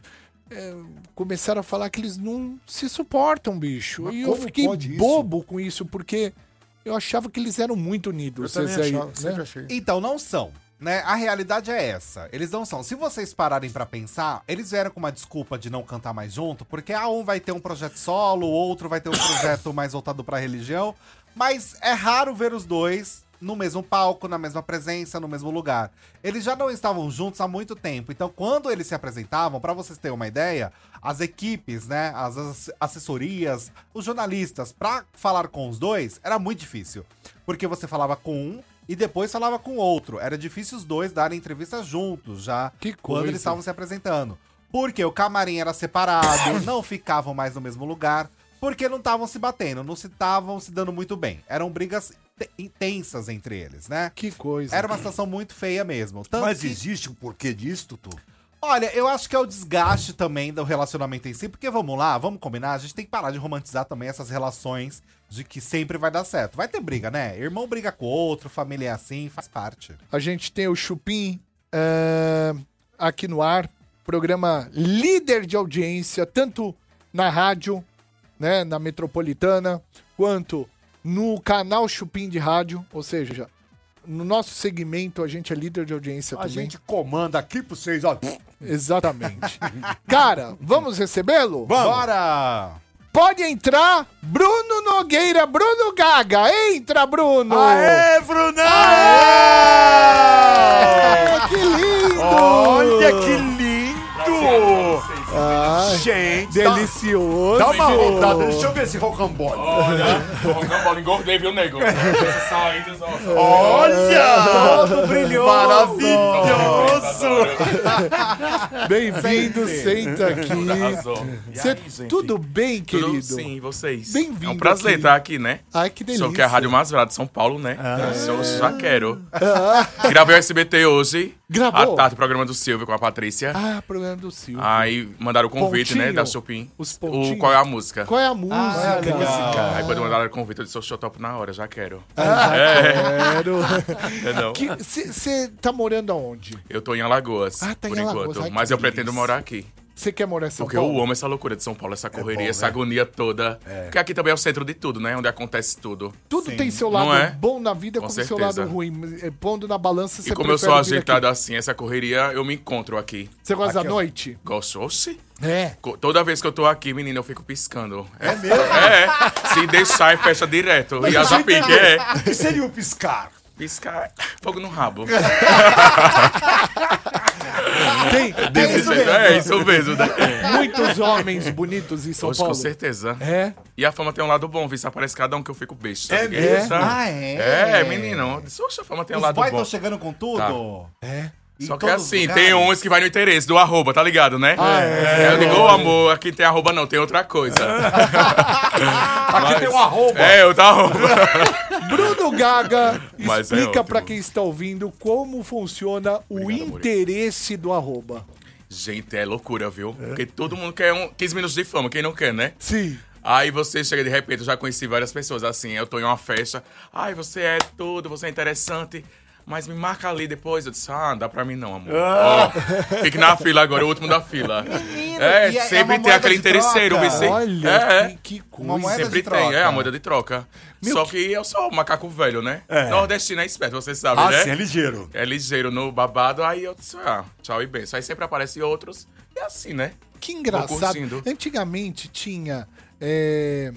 Speaker 3: É, começaram a falar que eles não se suportam, bicho.
Speaker 4: Mas
Speaker 3: e eu
Speaker 4: como
Speaker 3: fiquei
Speaker 4: pode isso?
Speaker 3: bobo com isso, porque eu achava que eles eram muito unidos,
Speaker 4: Também
Speaker 3: Zezé e-
Speaker 4: achava, sempre
Speaker 3: né?
Speaker 4: achei.
Speaker 5: Então, não são. Né? A realidade é essa. Eles não são. Se vocês pararem pra pensar, eles vieram com uma desculpa de não cantar mais junto, porque ah, um vai ter um projeto solo, o outro vai ter um projeto mais voltado pra religião. Mas é raro ver os dois no mesmo palco, na mesma presença, no mesmo lugar. Eles já não estavam juntos há muito tempo. Então, quando eles se apresentavam, pra vocês terem uma ideia, as equipes, né, as as assessorias, os jornalistas, pra falar com os dois, era muito difícil. Porque você falava com um e depois falava com o outro. Era difícil os dois darem entrevista juntos já
Speaker 3: Que
Speaker 5: quando
Speaker 3: coisa.
Speaker 5: eles estavam se apresentando. Porque o camarim era
Speaker 3: <coughs>
Speaker 5: separado, não ficavam mais no mesmo lugar, porque não estavam se batendo, não se estavam se dando muito bem. Eram brigas te- intensas entre eles, né?
Speaker 3: Que coisa.
Speaker 5: Era uma situação muito feia mesmo. Tanto
Speaker 7: Mas
Speaker 5: que-
Speaker 7: existe um porquê disso, Tutu?
Speaker 5: Olha, eu acho que é o desgaste também do relacionamento em si, porque vamos lá, vamos combinar, a gente tem que parar de romantizar também essas relações de que sempre vai dar certo. Vai ter briga, né? Irmão briga com o outro, família é assim, faz parte.
Speaker 3: A gente tem o Chupim eh, aqui no ar, programa líder de audiência, tanto na rádio, né, na metropolitana, quanto no canal Chupim de rádio, ou seja, no nosso segmento a gente é líder de audiência
Speaker 7: A
Speaker 3: também.
Speaker 7: gente comanda aqui pra vocês, ó.
Speaker 3: Exatamente. Cara, vamos recebê-lo?
Speaker 5: Bora!
Speaker 3: Pode entrar, Bruno Nogueira, Bruno Gaga. Entra, Bruno!
Speaker 7: Aê, Brunão!
Speaker 3: Ah, que lindo! Tá
Speaker 7: Olha que lindo! Gente, dá-
Speaker 3: Delicioso!
Speaker 7: dá uma rodada. Deixa eu ver esse rocambole.
Speaker 2: Olha, rocambole engordei, viu, <laughs> nego? Vocês são ainda só... É,
Speaker 7: Olha! Todo brilhoso! Maravilhoso!
Speaker 3: Bem-vindo, senta aqui.
Speaker 2: Arrasou. E
Speaker 3: Cê-
Speaker 2: aí, gente?
Speaker 3: tudo bem, querido?
Speaker 2: Tudo sim, e vocês?
Speaker 3: Bem-vindo
Speaker 2: É um prazer
Speaker 3: aqui.
Speaker 2: estar aqui, né?
Speaker 3: Ai, que Ah. delícia.
Speaker 2: Só que é a Rádio Mais Velada de São Paulo, né? Então, eu já quero. Gravei o SBT hoje.
Speaker 3: Ah. Gravou?
Speaker 2: À tarde, o programa do Silvio com a Patrícia.
Speaker 3: Ah, programa do Silvio.
Speaker 2: Aí mandaram o convite, né?
Speaker 3: Pontinho.
Speaker 2: Da Chopin.
Speaker 3: Os
Speaker 2: o
Speaker 3: pontinhos.
Speaker 2: Qual é a música?
Speaker 3: Qual é a música?
Speaker 2: Aí quando mandaram o convite, eu disse, eu sou topo na hora, já quero.
Speaker 3: Ah. Quero.
Speaker 2: É, não.
Speaker 3: Você tá morando aonde?
Speaker 2: Eu tô em Alagoas,
Speaker 3: Ah, tá em
Speaker 2: por
Speaker 3: Alagoas.
Speaker 2: enquanto.
Speaker 3: Ai, que
Speaker 2: mas eu
Speaker 3: delícia.
Speaker 2: pretendo morar aqui.
Speaker 3: Você quer morar em São
Speaker 2: Porque
Speaker 3: Paulo?
Speaker 2: eu amo essa loucura de São
Speaker 3: É
Speaker 2: Paulo, essa correria,
Speaker 5: bom,
Speaker 2: essa
Speaker 5: né?
Speaker 2: agonia toda. Porque aqui também é o centro de tudo, né? Onde acontece tudo.
Speaker 3: Tudo tem seu
Speaker 2: Não
Speaker 3: lado
Speaker 2: é?
Speaker 3: bom na vida
Speaker 2: Com
Speaker 3: como seu
Speaker 2: certeza.
Speaker 3: lado ruim. É, Pondo na balança,
Speaker 2: E
Speaker 3: você
Speaker 2: como eu
Speaker 3: prefere
Speaker 2: sou
Speaker 3: vir aqui.
Speaker 2: ajeitado assim, essa correria, eu me encontro aqui.
Speaker 3: Você gosta da noite?
Speaker 2: Gosto, ou se?
Speaker 3: É.
Speaker 2: Co- Toda vez que eu tô aqui, menina, eu fico piscando. É, mesmo? É. Se deixar, é festa direto. e asa pique, é.
Speaker 7: O que seria o piscar?
Speaker 2: Piscar, fogo no rabo. <laughs>
Speaker 3: Tem, tem
Speaker 2: Isso mesmo, é isso mesmo. Né?
Speaker 3: muitos homens bonitos em São
Speaker 2: Hoje,
Speaker 3: Paulo.
Speaker 2: com certeza.
Speaker 3: É.
Speaker 2: E a fama tem um lado bom, viu? Se aparece cada um que eu fico besta. É
Speaker 5: mesmo? Ah,
Speaker 2: Ah,
Speaker 5: é?
Speaker 2: é? É, menino. eu disse, Oxe, a fama tem um
Speaker 5: Os
Speaker 2: lado
Speaker 5: boys
Speaker 2: bom.
Speaker 5: estão chegando com
Speaker 7: Tá.
Speaker 5: tudo?
Speaker 3: É.
Speaker 5: Em
Speaker 2: Só que
Speaker 5: todos os
Speaker 2: assim,
Speaker 5: lugares.
Speaker 2: tem uns que vai no interesse do arroba, tá ligado, né? é. Eu digo, ô amor, aqui tem arroba não, tem outra coisa.
Speaker 7: Aqui tem um arroba.
Speaker 2: É, eu tá arroba.
Speaker 3: Bruno Gaga
Speaker 2: <laughs> Mas é
Speaker 3: explica
Speaker 2: ótimo.
Speaker 3: pra quem está ouvindo como funciona o
Speaker 2: Obrigado, Murilo.
Speaker 3: interesse do arroba.
Speaker 2: Gente, é loucura, viu? Porque todo mundo quer um 15 minutos de fama, quem não quer, né?
Speaker 3: Sim.
Speaker 2: Aí você chega de repente, eu já conheci várias pessoas assim, eu tô em uma festa, ai, você é tudo, você é interessante, mas me marca ali depois. Eu disse, ah, dá pra mim não, amor. Ó, fique na fila agora, é o último da fila. é,
Speaker 5: e é- é
Speaker 2: sempre
Speaker 5: uma
Speaker 2: tem
Speaker 5: moeda
Speaker 2: aquele
Speaker 5: de troca.
Speaker 2: interesseiro, Vicente.
Speaker 3: Olha,
Speaker 2: é, é.
Speaker 3: que, que coisa.
Speaker 5: Uma moeda
Speaker 2: Sempre
Speaker 5: de troca.
Speaker 2: tem, é a moeda de troca. Só que eu sou um macaco velho, né? Nordestino é esperto, você sabe,
Speaker 7: Ah,
Speaker 2: né?
Speaker 3: Assim,
Speaker 7: sim, é ligeiro.
Speaker 2: É ligeiro no babado, aí eu disse, ah, tchau e benção. Aí sempre aparecem outros, e é assim, né?
Speaker 3: Que
Speaker 2: Tô
Speaker 3: engraçado.
Speaker 2: curtindo.
Speaker 3: Antigamente tinha é,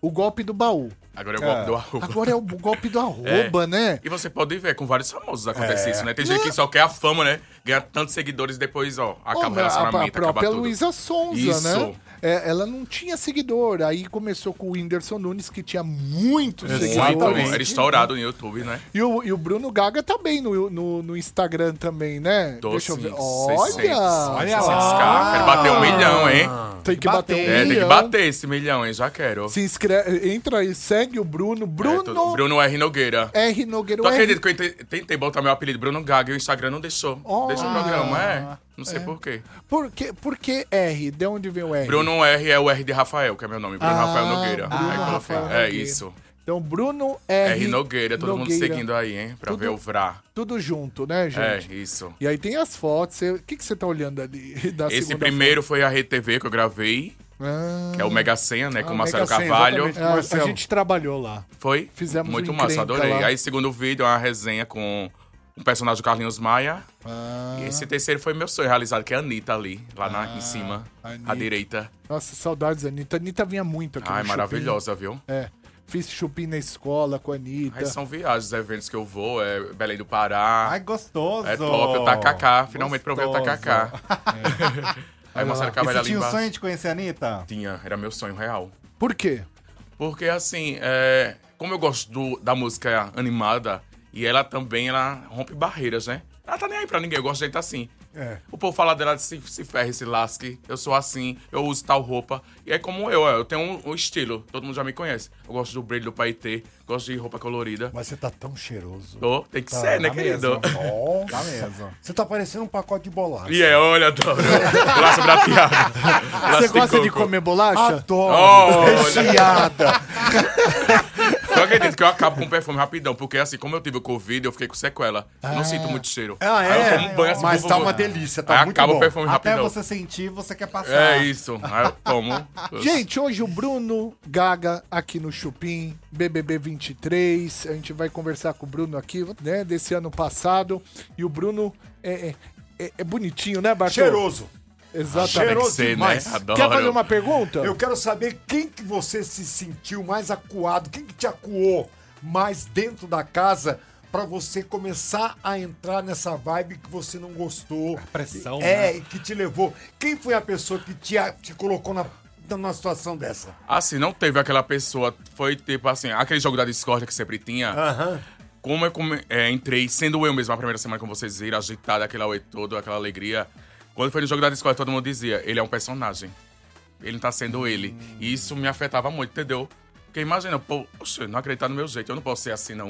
Speaker 3: o golpe do baú.
Speaker 2: Agora eu vou do arroba.
Speaker 3: Agora é o golpe do arroba, né? É.
Speaker 2: E você pode ver, com vários famosos acontece isso, né? Tem gente que só quer a fama, né? Ganha tantos seguidores depois, ó, acaba
Speaker 3: Ô, mas a,
Speaker 2: o
Speaker 3: a
Speaker 2: relacionamento, acaba
Speaker 3: própria
Speaker 2: tudo.
Speaker 3: Luísa Sonza, né?
Speaker 2: Isso.
Speaker 3: É, ela não tinha seguidor. Aí começou com o Whindersson Nunes, que tinha muitos
Speaker 2: Muito, era
Speaker 3: seguidores.
Speaker 2: estourado no YouTube, né?
Speaker 3: E o, e o Bruno Gaga tá bem no, no, no Instagram também, né?
Speaker 2: Doce,
Speaker 3: Olha!
Speaker 2: 600, 600K. Quero bater um milhão, hein?
Speaker 3: Tem que bater um
Speaker 2: É, tem que
Speaker 3: milhão.
Speaker 2: bater esse milhão, hein? Já quero.
Speaker 3: Se inscreve, entra e segue o Bruno.
Speaker 2: É,
Speaker 3: Bruno,
Speaker 2: tudo- Bruno R. Nogueira.
Speaker 3: R. Nogueira.
Speaker 2: Tu
Speaker 3: o R-
Speaker 2: acredita que eu tentei- tentei botar meu apelido Bruno Gaga e o Instagram não deixou.
Speaker 3: Oh.
Speaker 2: Deixou o programa, é. Não sei por quê.
Speaker 3: Por que, por que R? De onde vem o R?
Speaker 2: Bruno R é o R de Rafael, que é meu nome. Bruno
Speaker 3: Ah,
Speaker 2: Rafael Nogueira.
Speaker 3: Bruno
Speaker 2: Aí coloquei.
Speaker 3: Rafael
Speaker 2: É
Speaker 3: Nogueira.
Speaker 2: isso.
Speaker 3: Então, Bruno R.
Speaker 2: R Nogueira, todo mundo
Speaker 3: Nogueira.
Speaker 2: seguindo aí, hein? Pra
Speaker 3: Tudo-
Speaker 2: ver o Vrá.
Speaker 3: Tudo junto, né,
Speaker 2: É,
Speaker 3: gente?
Speaker 2: isso.
Speaker 3: E aí tem as fotos. você- O que, que você tá olhando ali <laughs> da
Speaker 2: Esse
Speaker 3: segunda
Speaker 2: primeiro foi a RedeTV que eu gravei,
Speaker 3: foto? Ah,
Speaker 2: que é o Mega Senha, né? Com o Marcelo
Speaker 7: Mega Senha,
Speaker 2: Carvalho.
Speaker 7: exatamente.
Speaker 3: a- É, a,
Speaker 7: Marcelo.
Speaker 3: gente trabalhou lá.
Speaker 2: Foi?
Speaker 3: Fizemos
Speaker 2: Muito
Speaker 3: uma
Speaker 2: massa,
Speaker 3: encrenca
Speaker 2: adorei.
Speaker 3: lá.
Speaker 2: Aí, segundo vídeo, é uma resenha com o personagem do Carlinhos Maia.
Speaker 3: Ah.
Speaker 2: E esse terceiro foi meu sonho realizado, que é a Anitta ali, lá na, em cima,
Speaker 3: Anitta.
Speaker 2: à direita.
Speaker 3: Nossa, saudades, Anitta. Anitta vinha muito aqui.
Speaker 2: Ai,
Speaker 3: no
Speaker 2: maravilhosa, viu?
Speaker 3: Chupim. É. Fiz chupim na escola com a Anitta.
Speaker 2: Aí são viagens, eventos que eu vou, é Belém do Pará.
Speaker 5: Ai, gostoso.
Speaker 2: é top, o Takaká. Finalmente provei o
Speaker 5: Gostoso. <laughs>
Speaker 2: Takaká. Aí Marcelo
Speaker 5: E
Speaker 2: Carvalho
Speaker 5: você
Speaker 2: ali
Speaker 5: tinha o
Speaker 2: embaixo.
Speaker 5: sonho de conhecer a Anitta?
Speaker 2: Tinha, era meu sonho real.
Speaker 3: Por quê?
Speaker 2: Porque assim, é, como eu gosto do- da música animada, e ela também ela rompe barreiras, né? Ela tá nem aí pra ninguém, eu gosto de gente assim.
Speaker 5: É.
Speaker 2: O povo fala dela, se, se ferre, se lasque, eu sou assim, eu uso tal roupa. E é como eu, é, eu tenho um, um estilo, todo mundo já me conhece. Eu gosto do brilho do paetê, gosto de roupa colorida.
Speaker 7: Mas você tá tão cheiroso.
Speaker 2: Tô, tem que ser, né, querido?
Speaker 7: Nossa.
Speaker 5: Tá mesmo.
Speaker 7: Você tá parecendo um pacote de bolacha.
Speaker 2: E é, olha, adoro. Laço prateado.
Speaker 3: Você
Speaker 2: Laço
Speaker 3: gosta de
Speaker 2: coco.
Speaker 3: comer bolacha?
Speaker 7: Adoro.
Speaker 2: Olha.
Speaker 7: Recheada.
Speaker 2: Eu acredito que eu acabo com perfume rapidão, porque assim, como eu tive o Covid, eu fiquei com sequela. Eu não sinto muito cheiro.
Speaker 7: Ah, é?
Speaker 2: Aí eu tomo um banho assim,
Speaker 7: Mas
Speaker 2: vou-
Speaker 7: tá
Speaker 2: vou-
Speaker 7: uma delícia, tá
Speaker 2: Aí
Speaker 7: muito
Speaker 2: acaba
Speaker 7: bom.
Speaker 2: o perfume
Speaker 5: Até
Speaker 2: rapidão.
Speaker 5: você sentir, você quer passar.
Speaker 2: É isso. Aí eu tomo.
Speaker 7: <laughs>
Speaker 3: Gente, hoje o Bruno Gaga aqui no Chupim, BBB 23. A gente vai conversar com o Bruno aqui, né, desse ano passado. E o Bruno é, é- é- é bonitinho, né, Bartô?
Speaker 7: Cheiroso.
Speaker 3: Exatamente.
Speaker 2: tem que
Speaker 7: cheiroso
Speaker 2: ser,
Speaker 7: demais.
Speaker 2: né? Adoro.
Speaker 3: Quer fazer uma pergunta?
Speaker 7: Eu quero saber quem que você se sentiu mais acuado, quem que te acuou mais dentro da casa pra você começar a entrar nessa vibe que você não gostou.
Speaker 5: pressão,
Speaker 7: É,
Speaker 5: né?
Speaker 7: e que te levou. Quem foi a pessoa que te, a- te colocou na, numa situação dessa?
Speaker 2: Assim, não teve aquela pessoa. Foi tipo assim, aquele jogo da Discord que sempre tinha. Como eu come- é, entrei, sendo eu mesmo a primeira semana, como vocês viram, agitada, aquele oi todo, aquela alegria. Quando foi no jogo da Discord, todo mundo dizia: ele é um personagem. Ele não tá sendo ele. E isso me afetava muito, entendeu? Porque imagina, pô, oxe, não acreditar no meu jeito, eu não posso ser assim, não.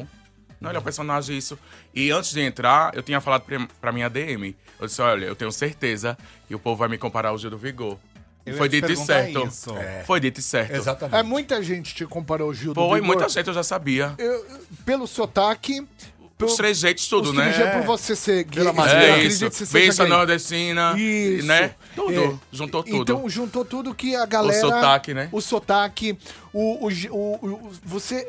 Speaker 2: Não, ele é um personagem, isso. E antes de entrar, eu tinha falado pra, pra minha DM. Eu disse, olha, eu tenho certeza que o povo vai me comparar ao Gil do Vigor. E
Speaker 5: Eu ia
Speaker 2: foi
Speaker 5: te
Speaker 2: dito e
Speaker 5: perguntar
Speaker 2: certo.
Speaker 5: isso. É.
Speaker 2: Foi dito e certo.
Speaker 3: É, muita gente te comparou o Gil do
Speaker 2: Foi,
Speaker 3: Vigor.
Speaker 2: muita gente eu já sabia.
Speaker 3: Eu- pelo sotaque,
Speaker 2: Os três jeitos tudo,
Speaker 3: Os
Speaker 2: né?
Speaker 3: três é por você ser gay.
Speaker 2: É,
Speaker 3: Eu
Speaker 2: isso.
Speaker 3: acredito que você seja
Speaker 2: Pensa
Speaker 3: gay.
Speaker 2: nordestina,
Speaker 3: Isso.
Speaker 2: né? Tudo.
Speaker 3: É.
Speaker 2: Juntou tudo.
Speaker 3: Então juntou tudo que a galera.
Speaker 2: sotaque, né?
Speaker 3: O sotaque. O, o Gi- o- o- você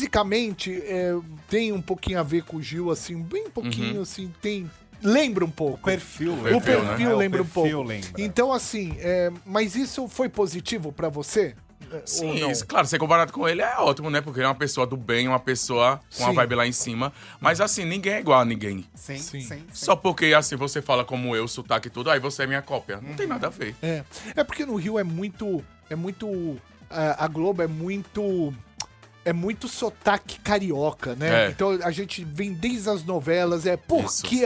Speaker 3: fisicamente é, tem um pouquinho a ver com o Gil, assim, bem
Speaker 2: Uhum.
Speaker 3: pouquinho, assim, tem. Lembra um pouco.
Speaker 8: perfil,
Speaker 5: né?
Speaker 3: o perfil
Speaker 2: né?
Speaker 5: É,
Speaker 3: lembra um pouco.
Speaker 8: lembra.
Speaker 3: Então, assim, é, mas isso foi positivo pra você? É, ou
Speaker 2: Sim,
Speaker 3: não?
Speaker 2: isso, claro, ser comparado com ele é ótimo, né? Porque ele é uma pessoa do bem, uma pessoa com uma
Speaker 3: Sim.
Speaker 2: vibe lá em cima. Mas assim, ninguém é igual a ninguém.
Speaker 8: Sim, sim, sim.
Speaker 2: Só porque assim você fala como eu, sotaque e tudo, aí você é minha cópia. Não tem nada a ver.
Speaker 3: É. É porque no Rio é muito. É muito. A, a Globo é muito. É muito sotaque carioca, né?
Speaker 2: É.
Speaker 3: Então a gente vem desde as novelas, é
Speaker 2: Isso.
Speaker 3: porque,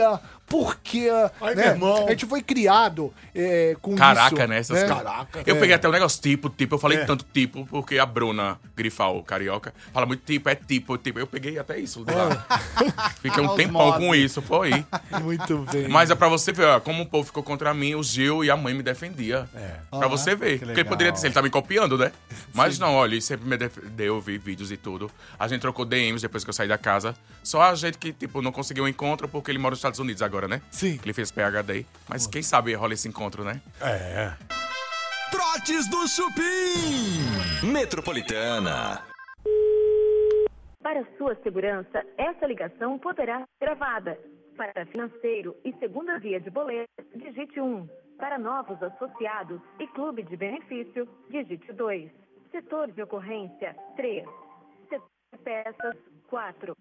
Speaker 3: porque,
Speaker 5: Ai,
Speaker 3: né?
Speaker 5: meu irmão.
Speaker 3: A gente foi criado é, com
Speaker 2: Caraca,
Speaker 3: isso,
Speaker 2: né? Essas coisas.
Speaker 3: Caraca.
Speaker 2: Eu
Speaker 3: É.
Speaker 2: peguei até um negócio tipo, tipo, eu falei tanto tipo, porque a Bruna Grifal, carioca, fala muito tipo, é tipo, tipo. Eu peguei até isso de lá.
Speaker 3: <laughs>
Speaker 2: Fiquei um
Speaker 8: Osmose.
Speaker 2: tempão com isso, foi.
Speaker 3: Ah. Muito bem.
Speaker 2: Mas é pra você ver, ó, como o povo ficou contra mim, o Gil e a mãe me defendia. É. Pra você ver. Porque ele
Speaker 8: legal.
Speaker 2: poderia dizer, ele tá me copiando, né? Mas não, olha, ele sempre me defendeu, eu vi vídeos e tudo. A gente trocou DMs depois que eu saí da casa. Só a gente que, tipo, não conseguiu um encontro porque ele mora nos Estados Unidos agora, né?
Speaker 3: Sim.
Speaker 2: Ele fez PHD. Mas quem sabe rola esse encontro, né?
Speaker 5: É.
Speaker 1: Trotes do Chupim. Metropolitana.
Speaker 9: Para sua segurança, essa ligação poderá ser gravada. Para financeiro e segunda via de boleto, digite 1. Para novos associados e clube de benefício, digite 2. Setor de ocorrência, 3. Setor de peças, 4.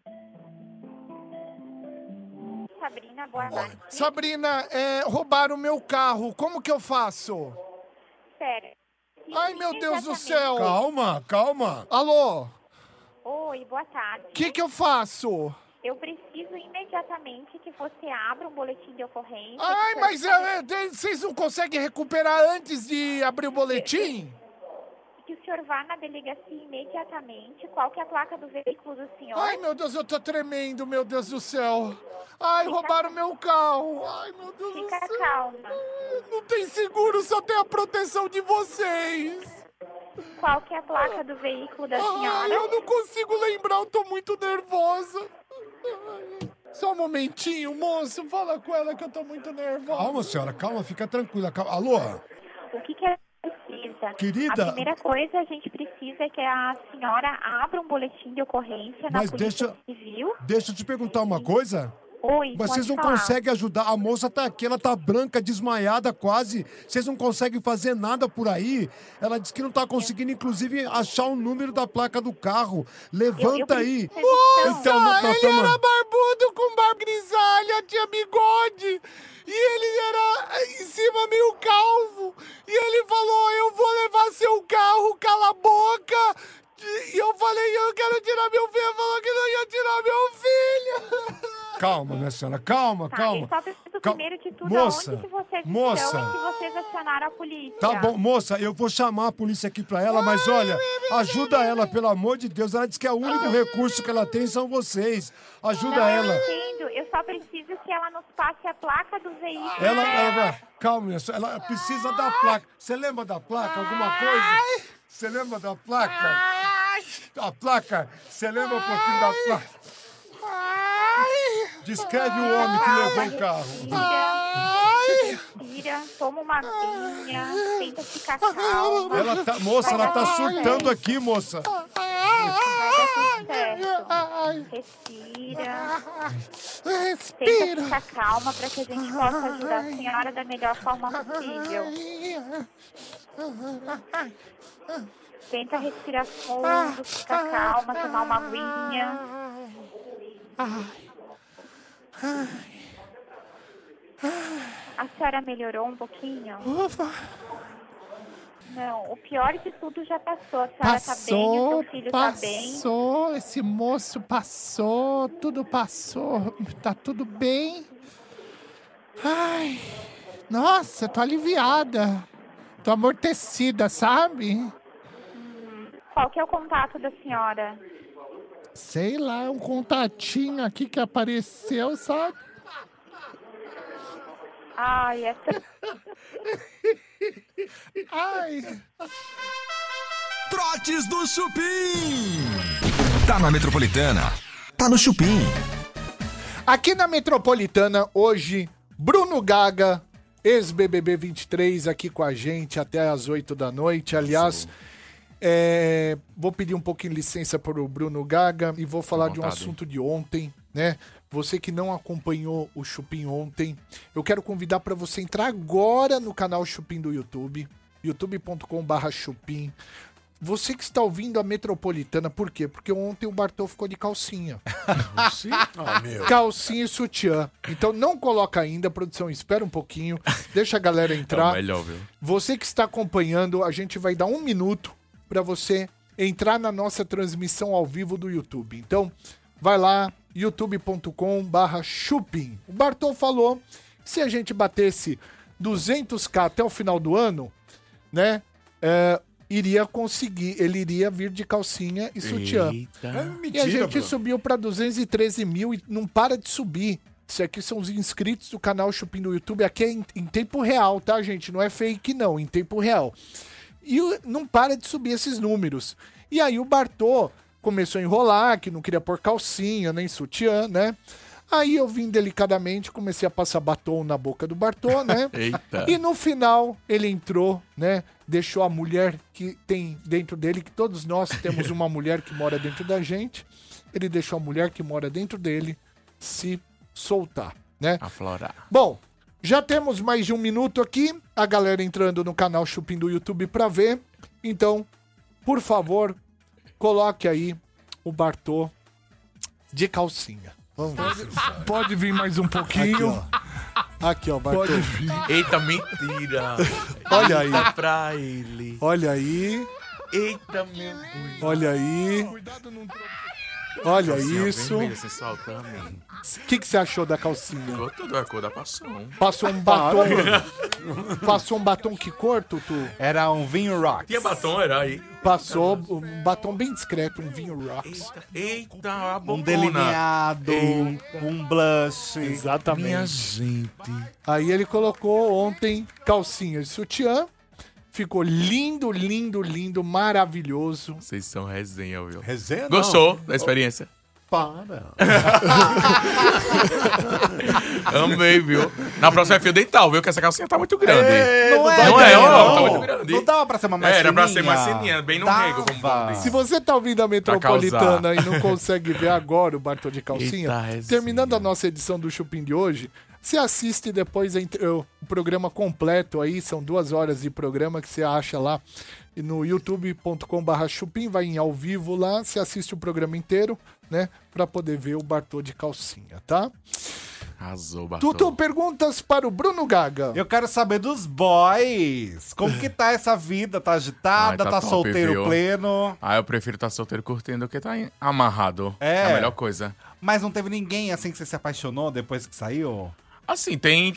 Speaker 4: Sabrina, boa tarde.
Speaker 3: Sabrina, é, roubaram o meu carro, como que eu faço?
Speaker 4: Sério.
Speaker 3: Ai, meu Deus do céu.
Speaker 5: Calma, calma.
Speaker 3: Alô, o
Speaker 4: Oi, boa tarde.
Speaker 3: que que eu faço?
Speaker 4: Eu preciso imediatamente que você abra um boletim de ocorrência.
Speaker 3: Ai,
Speaker 4: que
Speaker 3: mas
Speaker 4: você-
Speaker 3: é, é, vocês não conseguem recuperar antes de abrir o boletim?
Speaker 4: Que o senhor vá na delegacia imediatamente. Qual que é a placa do veículo do senhor?
Speaker 3: Ai, meu Deus, eu tô tremendo, meu Deus do céu. Ai, roubaram meu carro. Ai, meu Deus do
Speaker 4: Fica
Speaker 3: céu.
Speaker 4: calma.
Speaker 3: Não tem seguro, só tem a proteção de vocês.
Speaker 4: Qual que é a placa do veículo da
Speaker 3: Ai,
Speaker 4: senhora?
Speaker 3: eu não consigo lembrar, eu tô muito nervosa. Só um momentinho, moço, fala com ela que eu tô muito nervosa.
Speaker 4: Tá
Speaker 5: Calma, senhora, calma, fica tranquila. calma. Alô?
Speaker 4: O que que ela precisa?
Speaker 5: Querida.
Speaker 4: A primeira coisa a gente precisa é que a senhora abra um boletim de ocorrência na
Speaker 5: Mas
Speaker 4: Polícia
Speaker 5: deixa-
Speaker 4: Civil.
Speaker 5: Deixa eu te perguntar uma coisa.
Speaker 4: Oi,
Speaker 5: Mas
Speaker 4: pode
Speaker 5: vocês não
Speaker 4: falar.
Speaker 5: conseguem ajudar. A moça tá aqui, ela tá branca, desmaiada quase. Vocês não conseguem fazer nada por aí. Ela disse que não tá conseguindo, inclusive, achar o número da placa do carro. Levanta aí.
Speaker 4: preciso de atenção.
Speaker 5: Então, nós
Speaker 3: ele
Speaker 5: tamo-
Speaker 3: era barbudo com barba grisalha, tinha bigode. E ele era em cima meio calvo. E ele falou: Eu vou levar seu carro, cala a boca. E eu falei: Eu quero tirar meu filho. Ele falou que não ia tirar meu filho.
Speaker 5: <laughs> Calma, minha senhora, calma,
Speaker 4: Tá,
Speaker 5: calma.
Speaker 4: eu só preciso
Speaker 5: Cal-
Speaker 4: primeiro de tudo
Speaker 5: moça,
Speaker 4: aonde que vocês
Speaker 5: moça.
Speaker 4: estão e que vocês acionaram a polícia.
Speaker 5: Tá bom, moça, eu vou chamar a polícia aqui pra ela, mas olha, ajuda ela, pelo amor de Deus. Ela disse que é o único recurso que ela tem são vocês. Ajuda
Speaker 4: Não,
Speaker 5: ela.
Speaker 4: Eu entendo, eu só preciso que ela nos passe a placa do veículo.
Speaker 5: Ela, ela vai. Calma, minha senhora, ela precisa da placa. Você lembra da placa? Alguma coisa? Você lembra da placa? A placa? Você lembra um pouquinho da placa? Descreve o homem que levou o carro.
Speaker 4: Respira, respira, toma uma aguinha, tenta ficar calma.
Speaker 5: Ela tá, moça, ela tá surtando aqui, moça.
Speaker 4: Vai dar tudo certo. Respira. Tenta ficar calma para que a gente possa ajudar a senhora da melhor forma possível. Tenta respirar fundo, ficar calma, tomar uma aguinha. A senhora melhorou um pouquinho? Não, o pior de tudo já passou. A senhora tá bem, o seu filho tá bem.
Speaker 3: passou, esse moço passou, tudo passou, tá tudo bem. Ai, nossa, tô aliviada, tô amortecida, sabe?
Speaker 4: Qual que é o contato da senhora?
Speaker 3: Sei lá, um contatinho aqui que apareceu, sabe?
Speaker 4: Ai, essa... é
Speaker 3: Ai,
Speaker 1: Trotes do Chupim. Tá na Metropolitana. Tá no Chupim.
Speaker 3: Aqui na Metropolitana, hoje, Bruno Gaga, ex-BBB 23, aqui com a gente até às 8 da noite. Aliás, é, vou pedir um pouquinho de licença para o Bruno Gaga e vou falar de um
Speaker 2: vontade.
Speaker 3: assunto de ontem, né? Você que não acompanhou o Chupim ontem, eu quero convidar para você entrar agora no canal Chupim do YouTube, youtube.com.br Chupim. Você que está ouvindo a Metropolitana, por quê? Porque ontem o Bartô ficou de calcinha. Ah, Calcinha e sutiã. Então não coloca ainda, produção, espera um pouquinho, deixa a galera
Speaker 2: É o
Speaker 3: entrar.
Speaker 2: melhor, viu?
Speaker 3: Você que está acompanhando, a gente vai dar um minuto para você entrar na nossa transmissão ao vivo do YouTube. Então, vai lá, youtube.com barra chupim. O Bartol falou que se a gente batesse 200k até o final do ano, né, é, iria conseguir, ele iria vir de calcinha e sutiã. e a gente subiu para 213 mil e não para de subir. Isso aqui são os inscritos do canal Chupim do YouTube. Aqui é em, em tempo real, tá, gente? Não é fake, não. Em tempo real. E o- não para de subir esses números. E aí o Bartô começou a enrolar, que não queria pôr calcinha, nem sutiã, né? Aí eu vim delicadamente, comecei a passar batom na boca do Bartô, né?
Speaker 2: Eita.
Speaker 3: E no final ele entrou, né? Deixou a mulher que tem dentro dele, que todos nós temos uma mulher que mora dentro da gente. Ele deixou a mulher que mora dentro dele se soltar, né?
Speaker 2: Aflorar.
Speaker 3: Bom, já temos mais de um minuto aqui. A galera entrando no canal Chupim do YouTube pra ver. Então, por favor, coloque aí o Bartô de calcinha. Vamos ver. Pode vir mais um pouquinho. Aqui, ó, Bartô.
Speaker 2: Eita, mentira.
Speaker 3: Olha aí.
Speaker 2: Eita pra ele.
Speaker 3: Olha aí.
Speaker 2: Eita, meu Deus.
Speaker 3: Olha aí. Olha isso.
Speaker 2: Vermelha, sensual também.
Speaker 3: O que, que você achou da calcinha?
Speaker 2: Ficou Tudo é cor da paixão.
Speaker 3: Passou um batom. Passou um batom que cor, Tutu?
Speaker 5: Era um vinho rock.
Speaker 2: Tinha batom, Então era aí.
Speaker 3: Passou um batom bem discreto, um vinho rocks.
Speaker 2: Eita, a
Speaker 5: Um
Speaker 2: bocona.
Speaker 5: delineado, um blush.
Speaker 2: Minha
Speaker 5: Exatamente.
Speaker 2: gente.
Speaker 3: Aí ele colocou ontem calcinha de sutiã. Ficou lindo, lindo, lindo, maravilhoso.
Speaker 2: Vocês são resenha, viu?
Speaker 5: Resenha não.
Speaker 2: Gostou da experiência?
Speaker 5: Para.
Speaker 2: <laughs> Amei, viu? Na próxima é fio dental, viu? Que essa calcinha tá muito grande.
Speaker 3: É.
Speaker 5: Não
Speaker 2: dá
Speaker 5: não,
Speaker 3: né?
Speaker 2: ideia,
Speaker 5: não. é,
Speaker 2: não. Tá muito grande.
Speaker 5: Não dava pra ser uma mais
Speaker 2: É, era pra
Speaker 5: fininha.
Speaker 2: ser mais fininha, bem no
Speaker 5: Dava.
Speaker 2: rego, como bom né? diz.
Speaker 3: Se você tá ouvindo a Metropolitana e não consegue ver agora o Bartô de Calcinha,
Speaker 2: Eita, resenha.
Speaker 3: terminando a nossa edição do Chupim de hoje, você assiste depois a entre- o programa completo aí, são duas horas de programa que você acha lá no youtube.com.br chupim, vai em ao vivo lá, você assiste o programa inteiro, né, pra poder ver o Bartô de Calcinha, tá?
Speaker 2: Arrasou, Bartô.
Speaker 3: Tutu, perguntas para o Bruno Gaga.
Speaker 5: Eu quero saber dos boys. Como que tá essa vida? Tá agitada?
Speaker 2: Ai, tá
Speaker 5: tá
Speaker 2: top,
Speaker 5: solteiro
Speaker 2: viu?
Speaker 5: pleno?
Speaker 2: Ah, eu prefiro estar solteiro curtindo do que estar amarrado.
Speaker 5: É.
Speaker 2: a melhor coisa.
Speaker 5: Mas não teve ninguém assim que você se apaixonou depois que saiu?
Speaker 2: Assim, tem.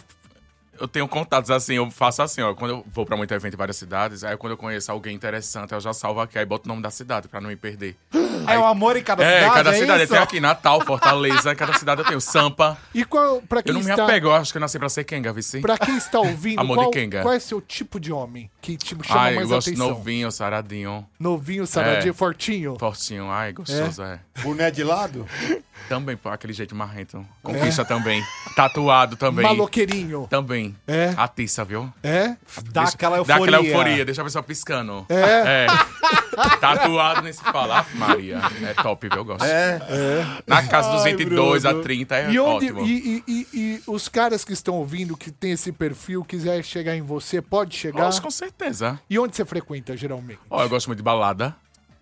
Speaker 2: Eu tenho contatos assim, eu faço assim, ó. Quando eu vou pra muito evento em várias cidades, aí quando eu conheço alguém interessante, eu já salvo aqui, aí boto o nome da cidade pra não me
Speaker 3: <gasps>
Speaker 2: perder.
Speaker 5: É o amor em cada
Speaker 2: é,
Speaker 5: cidade?
Speaker 2: cada
Speaker 5: isso?
Speaker 2: cidade. Eu tenho aqui
Speaker 3: <laughs>
Speaker 2: Natal, Fortaleza, cada cidade eu tenho Sampa.
Speaker 3: E qual, pra
Speaker 2: Eu
Speaker 3: quem
Speaker 2: não me
Speaker 3: está...
Speaker 2: apego, eu acho que eu nasci pra ser Kenga, Vici.
Speaker 3: Pra quem está ouvindo,
Speaker 2: Amor de
Speaker 3: qual,
Speaker 2: Kenga.
Speaker 3: qual é seu tipo de homem que te chama
Speaker 2: Ai, eu
Speaker 3: mais
Speaker 2: gosto É.
Speaker 3: atenção?
Speaker 2: novinho, saradinho,
Speaker 3: Novinho, saradinho, fortinho.
Speaker 2: fortinho. Ai, gostoso, é.
Speaker 7: Boné Né de lado?
Speaker 2: Também, pô, aquele jeito
Speaker 3: É.
Speaker 2: marrento. Conquista também. Tatuado também.
Speaker 3: Maloqueirinho.
Speaker 2: Também.
Speaker 3: É.
Speaker 2: Atiça, viu?
Speaker 3: É?
Speaker 5: Dá aquela
Speaker 2: Dá
Speaker 5: euforia.
Speaker 2: aquela euforia, deixa a pessoa piscando. É. Tatuado nesse falar, Maria. É top, viu? Eu gosto. É. Na casa dos 22 a 30 é
Speaker 3: E, onde,
Speaker 2: ótimo.
Speaker 3: e, e- e- e os caras que estão ouvindo, que tem esse perfil, quiser chegar em você, pode chegar.
Speaker 2: Gosto com certeza.
Speaker 3: E onde você frequenta, geralmente?
Speaker 2: Ó, eu gosto muito de balada.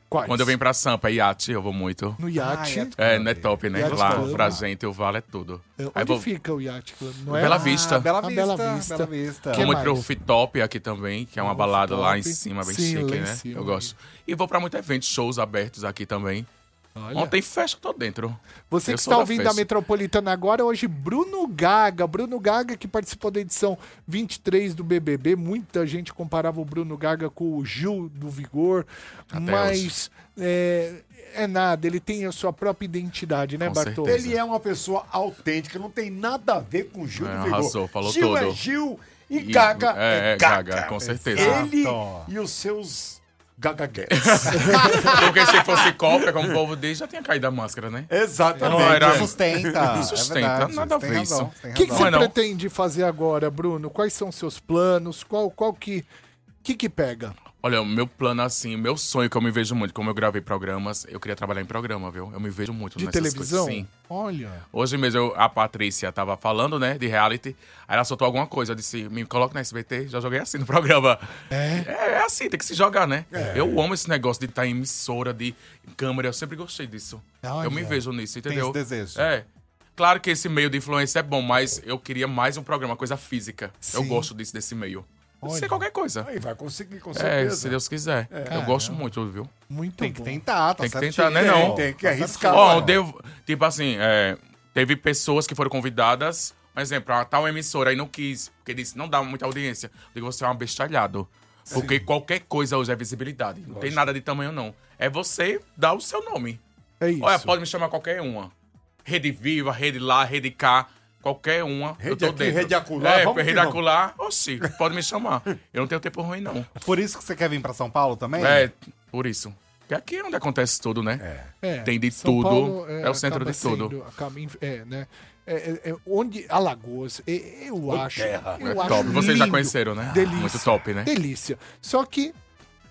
Speaker 3: Quais?
Speaker 2: Quando eu venho pra Sampa, iate, eu vou muito.
Speaker 3: No iate.
Speaker 5: Ah, é.
Speaker 2: É, não é top, né?
Speaker 3: Iate
Speaker 2: Lá,
Speaker 3: Club.
Speaker 2: pra gente, o vale é tudo.
Speaker 3: É,
Speaker 2: Aí
Speaker 3: Onde
Speaker 2: vou,
Speaker 3: fica o iate? Club? Não é?
Speaker 2: Bela
Speaker 3: Ah,
Speaker 2: Vista.
Speaker 5: Ah, Bela
Speaker 3: A
Speaker 5: Vista.
Speaker 3: Bela Vista.
Speaker 5: Bela Vista.
Speaker 3: Que
Speaker 2: Vou muito pro
Speaker 3: mais?
Speaker 2: rooftop aqui também, que é uma balada lá em cima, bem
Speaker 3: Sim, lá
Speaker 2: chique,
Speaker 3: em
Speaker 2: né?
Speaker 3: cima. é.
Speaker 2: eu gosto. E vou pra muito evento, shows abertos aqui também. Ontem festa, eu tô dentro.
Speaker 3: Você
Speaker 2: Eu
Speaker 3: que
Speaker 2: sou
Speaker 3: está
Speaker 2: da
Speaker 3: ouvindo a
Speaker 2: festa.
Speaker 3: Metropolitana agora, hoje Bruno Gaga. Bruno Gaga que participou da edição 23 do BBB. Muita gente comparava o Bruno Gaga com o Gil do Vigor. mas é, é nada, ele tem a sua própria identidade, né,
Speaker 2: Com
Speaker 3: Bartô?
Speaker 2: certeza.
Speaker 7: Ele é uma pessoa autêntica, não tem nada a ver com Gil
Speaker 2: É,
Speaker 7: do Vigor.
Speaker 2: arrasou, falou
Speaker 7: Gil é
Speaker 2: tudo.
Speaker 7: Gil e,
Speaker 2: E-
Speaker 7: Gaga é,
Speaker 2: é, é,
Speaker 7: Gaga. <laughs>
Speaker 2: Gaga, com certeza.
Speaker 7: Ele
Speaker 5: Exato.
Speaker 7: e os seus Gaga Guess.
Speaker 2: Porque se fosse cópia, como o povo diz, já tinha caído a máscara, né?
Speaker 7: Exatamente.
Speaker 2: Não era-
Speaker 5: Sustenta. é
Speaker 2: Sustenta,
Speaker 5: verdade,
Speaker 2: nada a
Speaker 5: tem
Speaker 2: ver
Speaker 5: razão,
Speaker 2: isso.
Speaker 5: tem
Speaker 3: O que, que
Speaker 5: razão.
Speaker 2: Não
Speaker 3: você
Speaker 2: é não.
Speaker 3: pretende fazer agora, Bruno? Quais são seus planos? Qual, qual que, que que pega?
Speaker 2: Olha, o meu plano, assim, meu sonho que eu me vejo muito, como eu gravei programas, eu queria trabalhar em programa, viu? Eu me vejo muito
Speaker 3: De
Speaker 2: nessas
Speaker 3: televisão?
Speaker 2: coisas, sim.
Speaker 3: Olha.
Speaker 2: Hoje mesmo eu- a Patrícia tava falando, né, de reality. Aí ela soltou alguma coisa, eu disse, me coloca na SBT, já joguei assim no <laughs> programa. É? É, assim, tem que se jogar, né? Eu amo esse negócio de estar em emissora, de câmera, eu sempre gostei disso.
Speaker 3: Olha.
Speaker 2: Eu me vejo nisso, entendeu?
Speaker 5: esse desejo.
Speaker 2: É. Claro que esse meio de influência é bom, mas eu queria mais um programa, coisa física. Eu gosto disso, desse meio. Pode ser qualquer coisa.
Speaker 7: Aí vai conseguir, com
Speaker 2: É,
Speaker 7: certeza.
Speaker 2: se Deus quiser. Eu gosto muito, viu?
Speaker 3: Muito
Speaker 5: Tem que
Speaker 3: bom.
Speaker 5: tentar, tá
Speaker 2: Tem que
Speaker 5: certinho.
Speaker 2: tentar, né, não?
Speaker 7: Tem que arriscar.
Speaker 2: Ó,
Speaker 7: né?
Speaker 2: deu- tipo assim, é, teve pessoas que foram convidadas, por exemplo, a tal emissora aí não quis, porque disse, não dá muita audiência. Eu Digo, você é um bestalhado. Porque qualquer coisa hoje é visibilidade. Não tem nada de tamanho, não. É você dar o seu nome.
Speaker 3: É isso.
Speaker 2: Olha, pode me chamar qualquer uma. Rede Viva, Rede Lá, Rede Cá, qualquer uma. eu
Speaker 7: Rede
Speaker 2: tô
Speaker 7: aqui,
Speaker 2: dentro.
Speaker 7: rede acolá,
Speaker 2: É,
Speaker 7: vamos que
Speaker 2: rede
Speaker 7: vamos.
Speaker 2: acolá, oxi, pode me chamar. Eu não tenho tempo ruim, não.
Speaker 5: Por isso que você quer vir pra São Paulo também?
Speaker 2: É, por isso. Porque aqui é onde acontece tudo, né? É.
Speaker 3: É,
Speaker 2: Tem de
Speaker 3: São
Speaker 2: tudo,
Speaker 3: Paulo,
Speaker 2: é o centro
Speaker 3: acaba
Speaker 2: de tudo.
Speaker 3: sendo- acaba em- é, né? É, é, é, onde Alagoas, é, eu acho. Eu acho
Speaker 2: né? top. Vocês já
Speaker 3: lindo.
Speaker 2: conheceram, né?
Speaker 3: Delícia.
Speaker 2: Muito top, né?
Speaker 3: Delícia. Só que,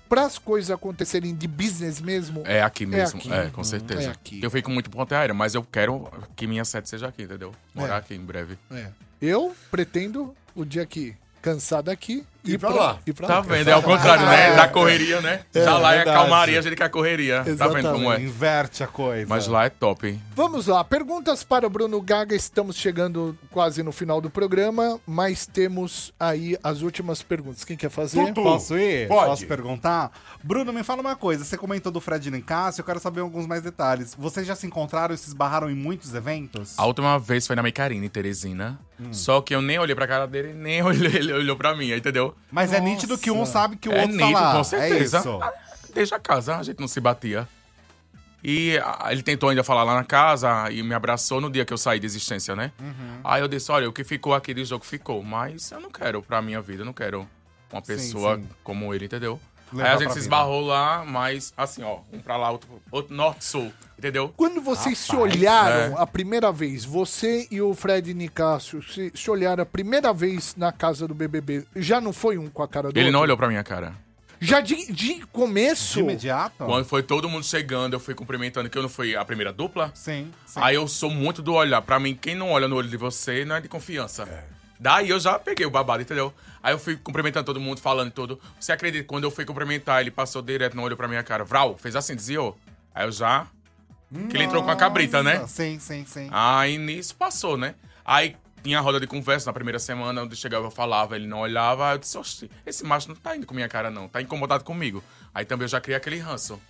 Speaker 3: para as coisas acontecerem de business mesmo,
Speaker 2: É aqui mesmo,
Speaker 3: aqui.
Speaker 2: é, com certeza.
Speaker 3: É aqui.
Speaker 2: Eu fico muito em Ponte Aérea, mas eu quero que minha sede seja aqui, entendeu? Morar
Speaker 3: É.
Speaker 2: aqui em breve.
Speaker 3: é. eu pretendo o dia que cansar daqui
Speaker 7: Ir pra lá.
Speaker 3: Ir pra
Speaker 2: Tá
Speaker 3: lá.
Speaker 2: vendo? É ao contrário, né? Da correria, né? Já lá é a
Speaker 5: verdade.
Speaker 2: calmaria, a gente quer a correria. Tá vendo como é?
Speaker 5: Inverte a coisa.
Speaker 2: Mas lá é top, hein?
Speaker 3: Vamos lá, perguntas para o Bruno Gaga. Estamos chegando quase no final do programa, mas temos aí as últimas perguntas. Quem quer fazer?
Speaker 7: Tudo.
Speaker 5: Posso ir?
Speaker 7: Pode.
Speaker 5: Posso perguntar? Bruno, me fala uma coisa. Você comentou do Fred Nicasso, eu quero saber alguns mais detalhes. Vocês já se encontraram e se esbarraram em muitos eventos?
Speaker 2: A última vez foi na Micarina, em Teresina. Só que eu nem olhei pra cara dele, nem <laughs> olhei, ele olhou pra mim, entendeu?
Speaker 5: Mas é nítido que um sabe que o
Speaker 2: é
Speaker 5: outro
Speaker 2: nível,
Speaker 5: tá lá.
Speaker 2: com certeza.
Speaker 5: É isso.
Speaker 2: Ah, Desde a casa, a gente não se batia. E ah, ele tentou ainda falar lá na casa e me abraçou no dia que eu saí de existência, né?
Speaker 5: Uhum.
Speaker 2: Aí eu disse, olha, o que ficou aqui de jogo ficou, mas eu não quero pra minha vida, eu não quero uma pessoa
Speaker 5: sim.
Speaker 2: como ele, entendeu?
Speaker 5: Levar
Speaker 2: Aí a
Speaker 5: pra
Speaker 2: gente se
Speaker 5: vida.
Speaker 2: esbarrou lá, mas assim, ó, um pra lá, outro, outro norte-sul, entendeu?
Speaker 3: Quando vocês se olharam
Speaker 2: é.
Speaker 3: a primeira vez, você e o Fred Nicásio se, se olharam a primeira vez na casa do BBB, já não foi um com a cara do
Speaker 2: Ele não
Speaker 3: outro?
Speaker 2: olhou pra minha cara.
Speaker 5: Ah.
Speaker 3: Já de, de começo?
Speaker 5: De imediato?
Speaker 2: Quando foi todo mundo chegando, eu fui cumprimentando, que eu não fui a primeira dupla.
Speaker 5: Sim, sim.
Speaker 2: Aí eu sou muito do olhar. Pra mim, quem não olha no olho de você não é de confiança. Daí eu já peguei o babado, entendeu? Aí eu fui cumprimentando todo mundo, falando tudo. Você acredita que quando eu fui cumprimentar, ele passou direto no olho pra minha cara. Vral, fez assim, desviou. Aí eu já. Que ele entrou com a cabrita, né?
Speaker 5: Sim, sim, sim.
Speaker 2: Aí nisso passou, né? Aí tinha a roda de conversa na primeira semana, onde chegava eu falava, ele não olhava. Aí eu disse, "Oxi, esse macho não tá indo com minha cara, não. Tá incomodado comigo. Aí também eu já criei aquele ranço.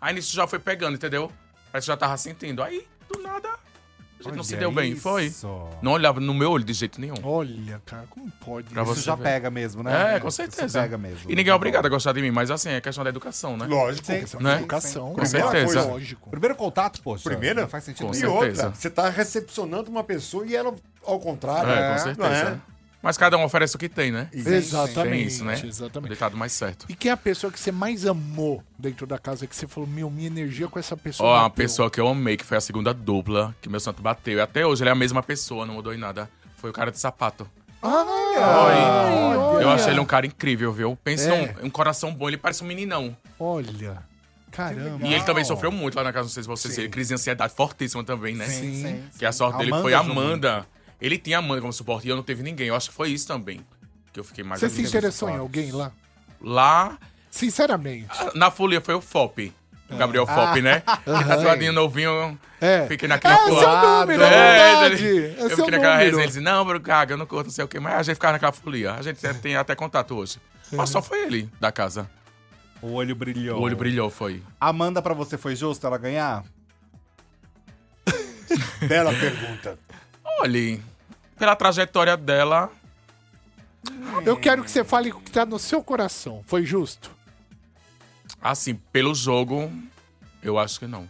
Speaker 2: Aí nisso já foi pegando, entendeu? Parece que já tava sentindo. Aí, do nada, a gente não se
Speaker 5: Olha
Speaker 2: deu bem. Foi.
Speaker 5: isso.
Speaker 2: Não olhava no meu olho de jeito nenhum.
Speaker 3: Olha, cara, como pode?
Speaker 2: Pra
Speaker 5: Isso
Speaker 2: você
Speaker 5: já
Speaker 2: ver.
Speaker 5: pega mesmo, né?
Speaker 2: É, com
Speaker 5: Isso
Speaker 2: certeza.
Speaker 5: pega mesmo.
Speaker 2: E ninguém é obrigado a gostar de mim, mas assim, é questão da educação, né?
Speaker 7: Lógico.
Speaker 2: Né?
Speaker 3: Educação,
Speaker 2: Com
Speaker 3: né?
Speaker 2: certeza.
Speaker 3: Lógico.
Speaker 5: Primeiro contato, poxa.
Speaker 7: Primeiro?
Speaker 5: Não faz sentido
Speaker 2: Com
Speaker 7: E
Speaker 5: nenhum.
Speaker 2: certeza.
Speaker 7: outra, você tá recepcionando uma pessoa e ela, ao contrário.
Speaker 2: É,
Speaker 7: né?
Speaker 2: com certeza. Mas cada um oferece o que tem, né?
Speaker 3: Exatamente,
Speaker 2: Tem isso, né?
Speaker 3: exatamente.
Speaker 2: Deitado mais certo.
Speaker 3: E quem é a pessoa que você mais amou dentro da casa? Que você falou, meu, minha energia com essa pessoa.
Speaker 2: Ó, uma
Speaker 3: bateu"?
Speaker 2: pessoa que eu amei, que foi a segunda dupla, que meu santo bateu. E até hoje ele é a mesma pessoa, não mudou em nada. Foi o cara de sapato. Olha, Eu achei ele um cara incrível, viu? Pensa
Speaker 3: É.
Speaker 2: um, um coração bom, ele parece um meninão.
Speaker 3: Olha, caramba.
Speaker 2: E ele também sofreu muito lá na casa, não sei se vocês viram. Crise de ansiedade fortíssima também, né?
Speaker 5: Sim, sim.
Speaker 2: Que a sorte dele
Speaker 5: Amanda
Speaker 2: foi a
Speaker 5: Jung.
Speaker 2: Amanda. Ele tinha a Amanda como suporte e eu não teve ninguém. Eu acho que foi isso também. Que eu fiquei mais
Speaker 3: Você se
Speaker 2: amiga.
Speaker 3: interessou em alguém lá?
Speaker 2: Lá
Speaker 3: Sinceramente.
Speaker 2: na folia foi o Fop. O Gabriel Fop, né? Que tatuadinho novinho.
Speaker 3: Ah. É.
Speaker 2: Fiquei naquela
Speaker 3: É, seu
Speaker 2: pulada.
Speaker 3: número, é verdade.
Speaker 2: ele-
Speaker 3: É
Speaker 2: eu
Speaker 3: seu
Speaker 2: fiquei naquela
Speaker 3: número.
Speaker 2: resenha. Ele disse, não, Bruno Gaga, eu não curto, não sei o quê. Mas a gente ficava naquela folia.
Speaker 3: <laughs>
Speaker 2: A gente tem até contato hoje. Mas só foi ele da casa.
Speaker 5: O olho brilhou.
Speaker 2: O olho brilhou, foi.
Speaker 5: Amanda, pra você foi justo ela ganhar?
Speaker 7: <laughs> Bela pergunta.
Speaker 2: Olhe, pela trajetória dela,
Speaker 3: Eu quero que você fale o que tá no seu coração. Foi justo?
Speaker 2: assim, pelo jogo, eu acho que não.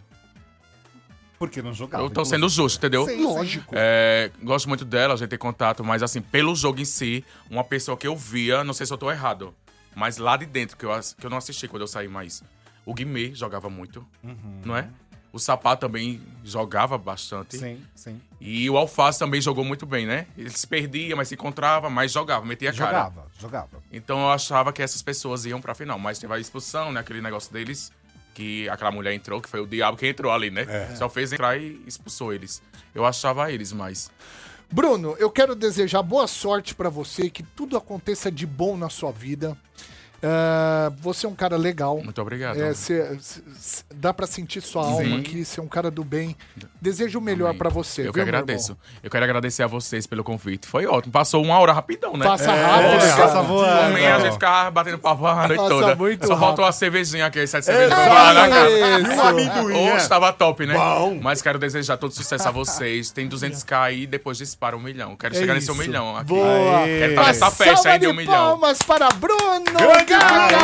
Speaker 5: Porque não jogava.
Speaker 2: Eu tô Então, sendo justo, entendeu?
Speaker 3: Lógico.
Speaker 2: É, gosto muito dela, a gente tem contato, mas assim, pelo jogo em si, uma pessoa que eu via, não sei se eu tô errado, Mas lá de dentro, que eu, ass- que eu não assisti quando eu saí, mas o Guimê jogava muito, não é? O Sapá também jogava bastante.
Speaker 5: Sim, sim.
Speaker 2: E o Alface também jogou muito bem, né? Ele se perdia, mas se encontrava, mas jogava, metia a cara.
Speaker 5: Jogava, jogava.
Speaker 2: Então eu achava que essas pessoas iam pra final, mas teve a expulsão, né? Aquele negócio deles, que aquela mulher entrou, que foi o diabo que entrou ali, né?
Speaker 3: É.
Speaker 2: Só fez entrar e expulsou eles. Eu achava eles, mas.
Speaker 3: Bruno, eu quero desejar boa sorte pra você, que tudo aconteça de bom na sua vida. Ah, você é um cara legal.
Speaker 2: Muito obrigado.
Speaker 3: É, cê- c- c- dá pra sentir sua alma aqui, você é um cara do bem. Desejo o melhor pra você.
Speaker 2: Eu que
Speaker 3: viu, meu
Speaker 2: agradeço.
Speaker 3: irmão?
Speaker 2: Eu quero agradecer a vocês pelo convite. Foi ótimo. Passou uma hora rapidão, né?
Speaker 3: Passa
Speaker 5: É,
Speaker 3: rápido, cara.
Speaker 5: passa voando.
Speaker 2: Também a gente ficava batendo papo a noite
Speaker 3: Passa
Speaker 2: toda.
Speaker 3: muito
Speaker 2: Só faltou
Speaker 3: rápido. É,
Speaker 2: uma cervejinha aqui, sete cervejas pra lá, né, cara?
Speaker 7: E um amendoim, né?
Speaker 2: Hoje tava top, né?
Speaker 7: Bom.
Speaker 2: Mas quero desejar todo sucesso a vocês. Tem 200k aí, depois dispara um milhão. Quero
Speaker 3: É
Speaker 2: chegar nesse um
Speaker 3: isso.
Speaker 2: milhão aqui.
Speaker 3: Boa.
Speaker 2: Quero estar nessa
Speaker 3: Uma
Speaker 2: festa
Speaker 3: salva
Speaker 2: aí de
Speaker 3: de
Speaker 2: um milhão.
Speaker 3: palmas para Bruno
Speaker 7: Grande
Speaker 3: Gaga!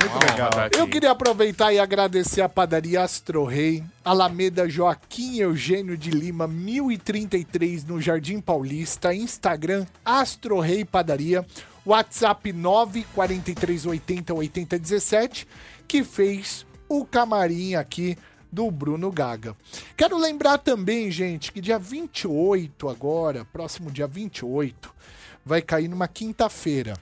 Speaker 2: Muito legal.
Speaker 3: Eu queria aproveitar e agradecer a padaria Astro Rei, Alameda Joaquim Eugênio de Lima, 1033, no Jardim Paulista, Instagram Astro Rei Padaria, WhatsApp 943808017, que fez o camarim aqui do Bruno Gaga. Quero lembrar também, gente, que dia 28 agora, próximo dia 28, vai cair numa quinta-feira.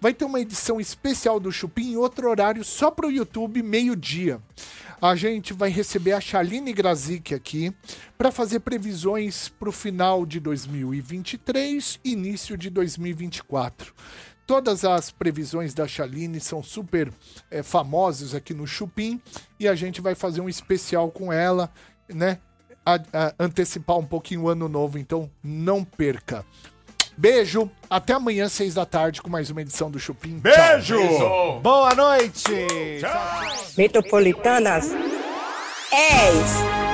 Speaker 3: Vai ter uma edição especial do Chupim em outro horário só pro YouTube, meio-dia. A gente vai receber a Chaline Grazik aqui para fazer previsões pro final de 2023 início de 2024. Todas as previsões da Chaline são super eh, famosas aqui no Chupim e a gente vai fazer um especial com ela, né? A- a- antecipar um pouquinho o ano novo, então não perca. Beijo, até amanhã, seis da tarde, com mais uma edição do Chupim. Tchau.
Speaker 7: Beijo!
Speaker 5: Boa noite!
Speaker 10: Metropolitanas 10.